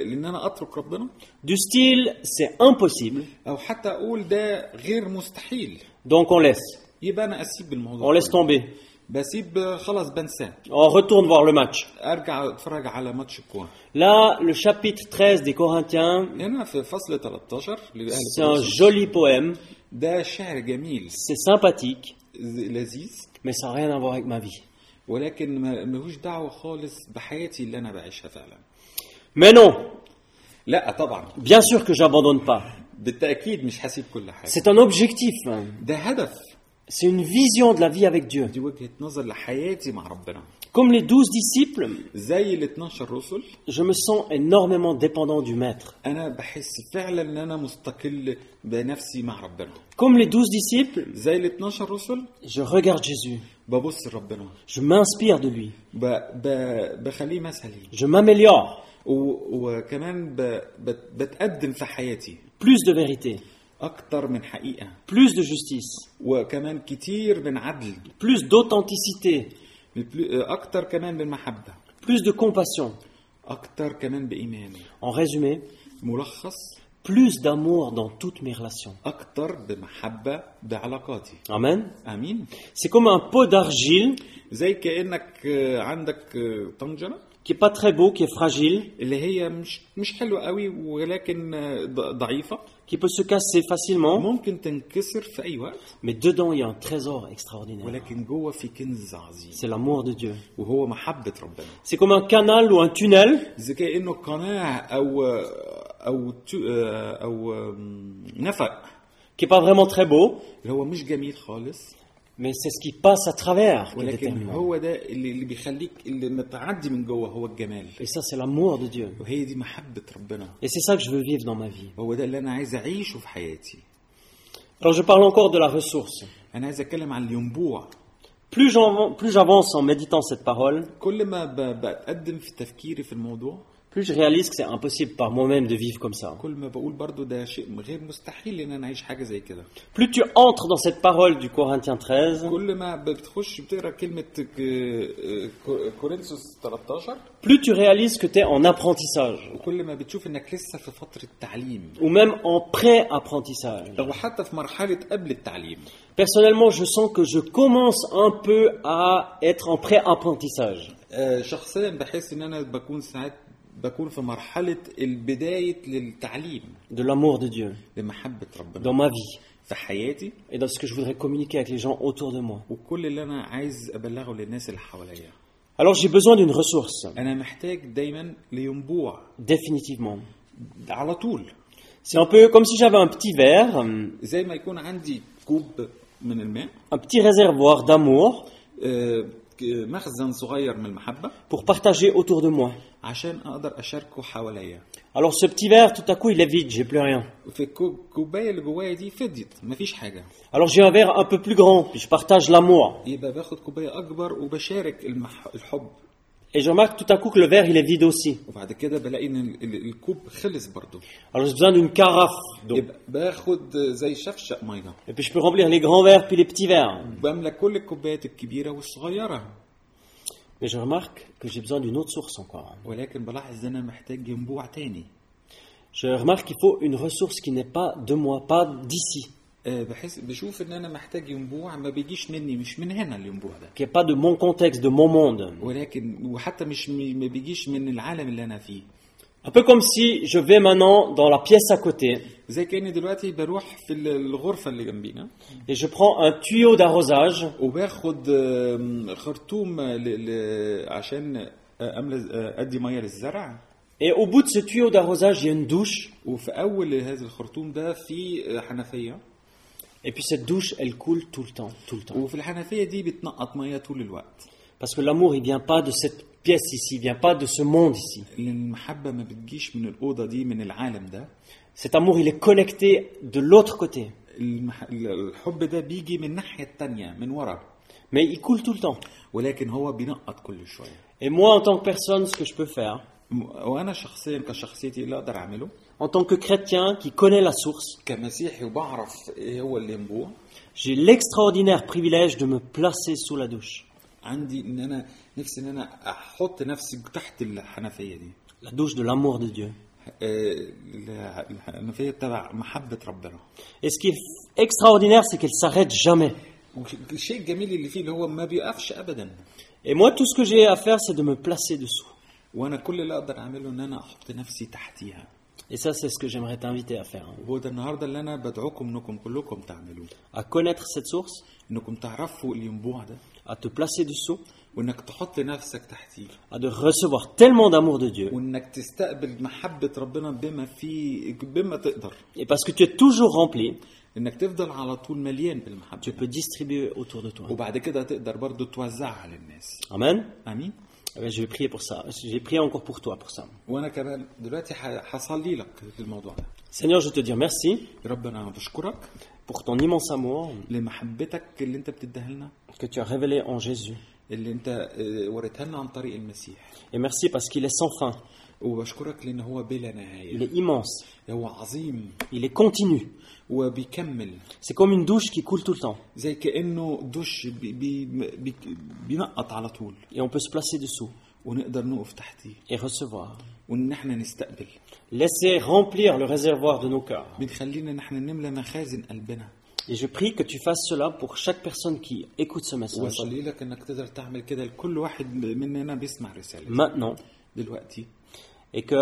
[SPEAKER 2] لان انا اترك ربنا
[SPEAKER 1] Du style, c'est impossible,
[SPEAKER 2] او حتى اقول ده غير مستحيل
[SPEAKER 1] donc on laisse.
[SPEAKER 2] يبقى انا اسيب
[SPEAKER 1] On
[SPEAKER 2] الموضوع
[SPEAKER 1] laisse tomber.
[SPEAKER 2] بسيب خلاص بنساه
[SPEAKER 1] On retourne voir le match.
[SPEAKER 2] ارجع اتفرج على ماتش الكوره
[SPEAKER 1] Là, le chapitre 13 des Corinthiens,
[SPEAKER 2] هنا في فصل 13 لأهل
[SPEAKER 1] c'est un
[SPEAKER 2] كورنثوس.
[SPEAKER 1] joli poème,
[SPEAKER 2] ده شعر جميل
[SPEAKER 1] c'est sympathique,
[SPEAKER 2] ز- لذيذ
[SPEAKER 1] mais ça n'a rien à voir avec ma vie.
[SPEAKER 2] ولكن ما- ملوش دعوه خالص بحياتي اللي انا بعيشها فعلا
[SPEAKER 1] Mais non,
[SPEAKER 2] لا طبعا
[SPEAKER 1] bien sûr que j'abandonne pas.
[SPEAKER 2] بالتاكيد مش هسيب كل حاجه
[SPEAKER 1] C'est un objectif, hein.
[SPEAKER 2] ده هدف
[SPEAKER 1] c'est une vision de la vie avec Dieu.
[SPEAKER 2] دي وجهه نظر لحياتي مع ربنا
[SPEAKER 1] Comme les douze disciples,
[SPEAKER 2] زي ال 12 رسل
[SPEAKER 1] je me sens énormément dépendant du Maître.
[SPEAKER 2] انا بحس فعلا ان انا مستقل بنفسي مع ربنا
[SPEAKER 1] Comme les douze disciples,
[SPEAKER 2] زي ال 12 رسل
[SPEAKER 1] je regarde Jésus,
[SPEAKER 2] ببص لربنا
[SPEAKER 1] je m'inspire de lui,
[SPEAKER 2] ب... ب... بخليه مثل لي
[SPEAKER 1] je m'améliore,
[SPEAKER 2] و... وكمان ب... بت... بتقدم في حياتي
[SPEAKER 1] plus de vérité,
[SPEAKER 2] اكتر من حقيقه
[SPEAKER 1] plus de justice,
[SPEAKER 2] وكمان كتير من عدل
[SPEAKER 1] plus d'authenticité,
[SPEAKER 2] بل- اكتر كمان من محبه
[SPEAKER 1] plus de compassion.
[SPEAKER 2] اكتر كمان بايمان
[SPEAKER 1] En résumé,
[SPEAKER 2] ملخص
[SPEAKER 1] plus d'amour dans toutes mes relations.
[SPEAKER 2] اكتر بمحبه بعلاقاتي
[SPEAKER 1] Amen.
[SPEAKER 2] امين
[SPEAKER 1] C'est comme un pot d'argile
[SPEAKER 2] زي كانك آه، عندك آه، طنجره
[SPEAKER 1] qui est pas très beau, qui est fragile,
[SPEAKER 2] اللي هي مش مش حلوه قوي ولكن آه، ض- ضعيفه
[SPEAKER 1] qui peut se casser facilement,
[SPEAKER 2] ممكن تنكسر في اي وقت
[SPEAKER 1] mais dedans il y a un trésor extraordinaire.
[SPEAKER 2] ولكن جوه في كنز عظيم
[SPEAKER 1] C'est l'amour de Dieu.
[SPEAKER 2] وهو محبه ربنا
[SPEAKER 1] C'est comme un canal ou un tunnel
[SPEAKER 2] زي كانه قناه او او تو- او أم، آه، نفق
[SPEAKER 1] qui est pas vraiment très beau,
[SPEAKER 2] اللي هو مش جميل خالص
[SPEAKER 1] mais c'est ce qui passe à travers qui est
[SPEAKER 2] ولكن
[SPEAKER 1] déterminant.
[SPEAKER 2] هو ده اللي اللي بيخليك اللي متعدي من جوه هو الجمال
[SPEAKER 1] Et ça c'est l'amour de Dieu.
[SPEAKER 2] وهي دي محبه ربنا
[SPEAKER 1] Et c'est ça que je veux vivre dans ma vie.
[SPEAKER 2] هو ده اللي انا عايز اعيشه في حياتي
[SPEAKER 1] Alors je parle encore de la ressource.
[SPEAKER 2] انا عايز اتكلم عن الينبوع
[SPEAKER 1] Plus j'en- plus j'avance en méditant cette parole,
[SPEAKER 2] كل ما ب- بتقدم في تفكيري في الموضوع
[SPEAKER 1] plus je réalise que c'est impossible par moi-même de vivre comme ça.
[SPEAKER 2] كل ما بقول برضو ده شيء غير مستحيل ان انا اعيش حاجه زي كده
[SPEAKER 1] Plus tu entres dans cette parole du Corinthiens 13,
[SPEAKER 2] كل ما بتخش بتقرا كلمه ك- ك- كورنثوس 13
[SPEAKER 1] plus tu réalises que tu es en apprentissage,
[SPEAKER 2] وكل ما بتشوف انك لسه في فتره تعليم
[SPEAKER 1] ou même en pré-apprentissage.
[SPEAKER 2] او حتى في مرحله قبل التعليم
[SPEAKER 1] Personnellement, je sens que je commence un peu à être en pré-apprentissage.
[SPEAKER 2] آه، شخصيا بحس ان انا بكون ساعات بكون في مرحله البدايه للتعليم
[SPEAKER 1] de l'amour de Dieu
[SPEAKER 2] لمحبه ربنا
[SPEAKER 1] dans ma vie
[SPEAKER 2] في حياتي
[SPEAKER 1] et dans ce que je voudrais communiquer avec les gens autour de moi.
[SPEAKER 2] وكل اللي انا عايز ابلغه للناس اللي حواليا
[SPEAKER 1] Alors j'ai besoin d'une ressource,
[SPEAKER 2] انا محتاج دايما لينبوع
[SPEAKER 1] définitivement.
[SPEAKER 2] على طول
[SPEAKER 1] C'est un peu comme si j'avais un petit verre, hum,
[SPEAKER 2] زي ما يكون عندي كوب من الماء
[SPEAKER 1] un petit réservoir d'amour
[SPEAKER 2] آه، مخزن صغير من المحبة
[SPEAKER 1] pour partager autour de moi.
[SPEAKER 2] عشان أقدر أشاركه حواليا
[SPEAKER 1] Alors ce petit verre, tout à coup, il est vide, j'ai plus rien.
[SPEAKER 2] في الكوباية اللي جوايا دي فضيت مفيش حاجة
[SPEAKER 1] Alors j'ai un verre un peu plus grand, puis je partage l'amour.
[SPEAKER 2] يبقى باخد كوباية أكبر وبشارك المح... الحب
[SPEAKER 1] Et je remarque tout à coup que le verre, il est vide aussi.
[SPEAKER 2] وبعد كده بلاقي إن ال- ال- الكوب خلص برضو
[SPEAKER 1] Alors j'ai besoin d'une carafe d'eau.
[SPEAKER 2] يبقى باخد زي شفشق مية
[SPEAKER 1] Et puis je peux رemplir les grands verres, puis les petits verres.
[SPEAKER 2] بملى كل الكوبايات الكبيرة والصغيرة
[SPEAKER 1] Mais je remarque que j'ai besoin d'une autre source encore.
[SPEAKER 2] ولكن بلاحظ إن أنا محتاج ينبوع تاني
[SPEAKER 1] Je remarque qu'il faut une ressource qui n'est pas de moi, pas d'ici,
[SPEAKER 2] آه، بحس بشوف إن أنا محتاج ينبوع ما بيجيش مني مش من هنا الينبوع ده
[SPEAKER 1] qui n'est pas de mon contexte, de mon monde.
[SPEAKER 2] ولكن وحتى مش م- ما بيجيش من العالم اللي انا فيه
[SPEAKER 1] Un peu comme si je vais maintenant dans la pièce à côté
[SPEAKER 2] زي كاني دلوقتي بروح في ال- الغرفه اللي جنبينا
[SPEAKER 1] et je prends un tuyau d'arrosage
[SPEAKER 2] وباخد آم، خرطوم ل... ل... عشان آه، املى آه، ادي ميه للزرع
[SPEAKER 1] et au bout de ce tuyau d'arrosage, il y a une douche
[SPEAKER 2] وفي اول هذا الخرطوم ده في آه، حنفيه
[SPEAKER 1] Et puis cette douche, elle coule tout le temps, tout le temps.
[SPEAKER 2] وفي الحنفيه دي بتنقط ميه طول الوقت
[SPEAKER 1] Parce que l'amour, il vient pas de cette pièce ici, il vient pas de ce monde ici.
[SPEAKER 2] لان المحبه ما بتجيش من الاوضه دي من العالم ده
[SPEAKER 1] Cet amour, il est connecté de l'autre côté,
[SPEAKER 2] المح... الحب ده بيجي من الناحيه التانية من ورا
[SPEAKER 1] mais il coule tout le temps.
[SPEAKER 2] ولكن هو بينقط كل شويه
[SPEAKER 1] Et moi, en tant que personne, ce que je peux faire,
[SPEAKER 2] م- وانا شخصيا كشخصيتي اللي اقدر اعمله
[SPEAKER 1] en tant que chrétien qui connaît la source,
[SPEAKER 2] كمسيحي وبعرف ايه هو اللي ينبوع
[SPEAKER 1] j'ai l'extraordinaire privilège de me placer sous la douche.
[SPEAKER 2] عندي ان انا نفسي ان انا احط نفسي تحت الحنفيه دي
[SPEAKER 1] La douche de l'amour de Dieu.
[SPEAKER 2] آه، الح- الحنفيه تبع محبه ربنا
[SPEAKER 1] Et ce qui est extraordinaire, c'est qu'elle s'arrête jamais.
[SPEAKER 2] والشيء الجميل اللي فيه اللي هو ما بيقفش ابدا
[SPEAKER 1] Et moi, tout ce que j'ai à faire, c'est de me placer dessous.
[SPEAKER 2] وانا كل اللي اقدر اعمله ان انا احط نفسي تحتيها
[SPEAKER 1] Et ça, c'est ce que j'aimerais t'inviter à faire. hein.
[SPEAKER 2] وهو ده النهارده اللي انا بدعوكم انكم كلكم تعملوه
[SPEAKER 1] À connaître cette source,
[SPEAKER 2] انكم تعرفوا الينبوع ده
[SPEAKER 1] à te placer dessous,
[SPEAKER 2] وانك تحط نفسك تحتيه
[SPEAKER 1] à de recevoir tellement d'amour de Dieu.
[SPEAKER 2] وانك تستقبل محبه ربنا بما في بما تقدر
[SPEAKER 1] Et parce que tu es toujours rempli,
[SPEAKER 2] انك تفضل على طول مليان بالمحبه
[SPEAKER 1] tu peux distribuer autour de toi.
[SPEAKER 2] وبعد كده تقدر برضو توزعها للناس
[SPEAKER 1] Amen.
[SPEAKER 2] امين
[SPEAKER 1] Eh bien, je vais prier pour ça. J'ai prié encore pour toi pour ça.
[SPEAKER 2] وانا كمان دلوقتي ح- هصلي لك في الموضوع ده
[SPEAKER 1] Seigneur, je te dis merci
[SPEAKER 2] يا رب انا بشكرك
[SPEAKER 1] pour ton immense amour
[SPEAKER 2] لمحبتك اللي انت بتديها لنا
[SPEAKER 1] que tu as révélé en Jésus.
[SPEAKER 2] اللي انت آه، وريتها لنا عن طريق المسيح
[SPEAKER 1] Et merci parce qu'il est sans fin,
[SPEAKER 2] وبشكرك لان هو بلا
[SPEAKER 1] il
[SPEAKER 2] نهايه
[SPEAKER 1] est immense,
[SPEAKER 2] هو عظيم
[SPEAKER 1] il est continu.
[SPEAKER 2] وبيكمل
[SPEAKER 1] C'est comme une douche qui coule tout le temps.
[SPEAKER 2] زي كانه دش بي بي بي بينقط على طول
[SPEAKER 1] Et on peut se placer dessous
[SPEAKER 2] ونقدر نقف تحتيه
[SPEAKER 1] et recevoir.
[SPEAKER 2] وان احنا نستقبل
[SPEAKER 1] Laissez remplir le réservoir de nos cœurs.
[SPEAKER 2] بنخلينا ان احنا نملى مخازن قلبنا
[SPEAKER 1] Et je prie que tu fasses cela pour chaque personne qui écoute ce message.
[SPEAKER 2] واصلي لك انك تقدر تعمل كده لكل واحد مننا بيسمع رساله
[SPEAKER 1] Maintenant.
[SPEAKER 2] دلوقتي
[SPEAKER 1] Et que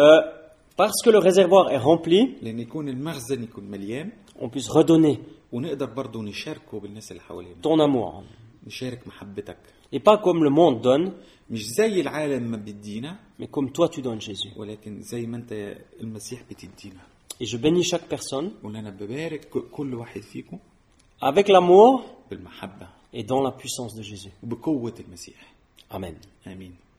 [SPEAKER 1] parce que le réservoir est rempli,
[SPEAKER 2] لان يكون المخزن يكون مليان
[SPEAKER 1] on puisse redonner
[SPEAKER 2] ونقدر برضه نشاركه بالناس اللي حوالينا
[SPEAKER 1] ton amour.
[SPEAKER 2] نشارك محبتك
[SPEAKER 1] Et pas comme le monde donne,
[SPEAKER 2] مش زي العالم ما بيدينا
[SPEAKER 1] mais comme toi tu donnes Jésus.
[SPEAKER 2] ولكن زي ما انت يا المسيح بتدينا
[SPEAKER 1] Et je bénis chaque personne
[SPEAKER 2] وان انا ببارك ك- كل واحد فيكم
[SPEAKER 1] avec l'amour
[SPEAKER 2] بالمحبه
[SPEAKER 1] et dans la puissance de Jésus.
[SPEAKER 2] وبقوه المسيح
[SPEAKER 1] Amen.
[SPEAKER 2] امين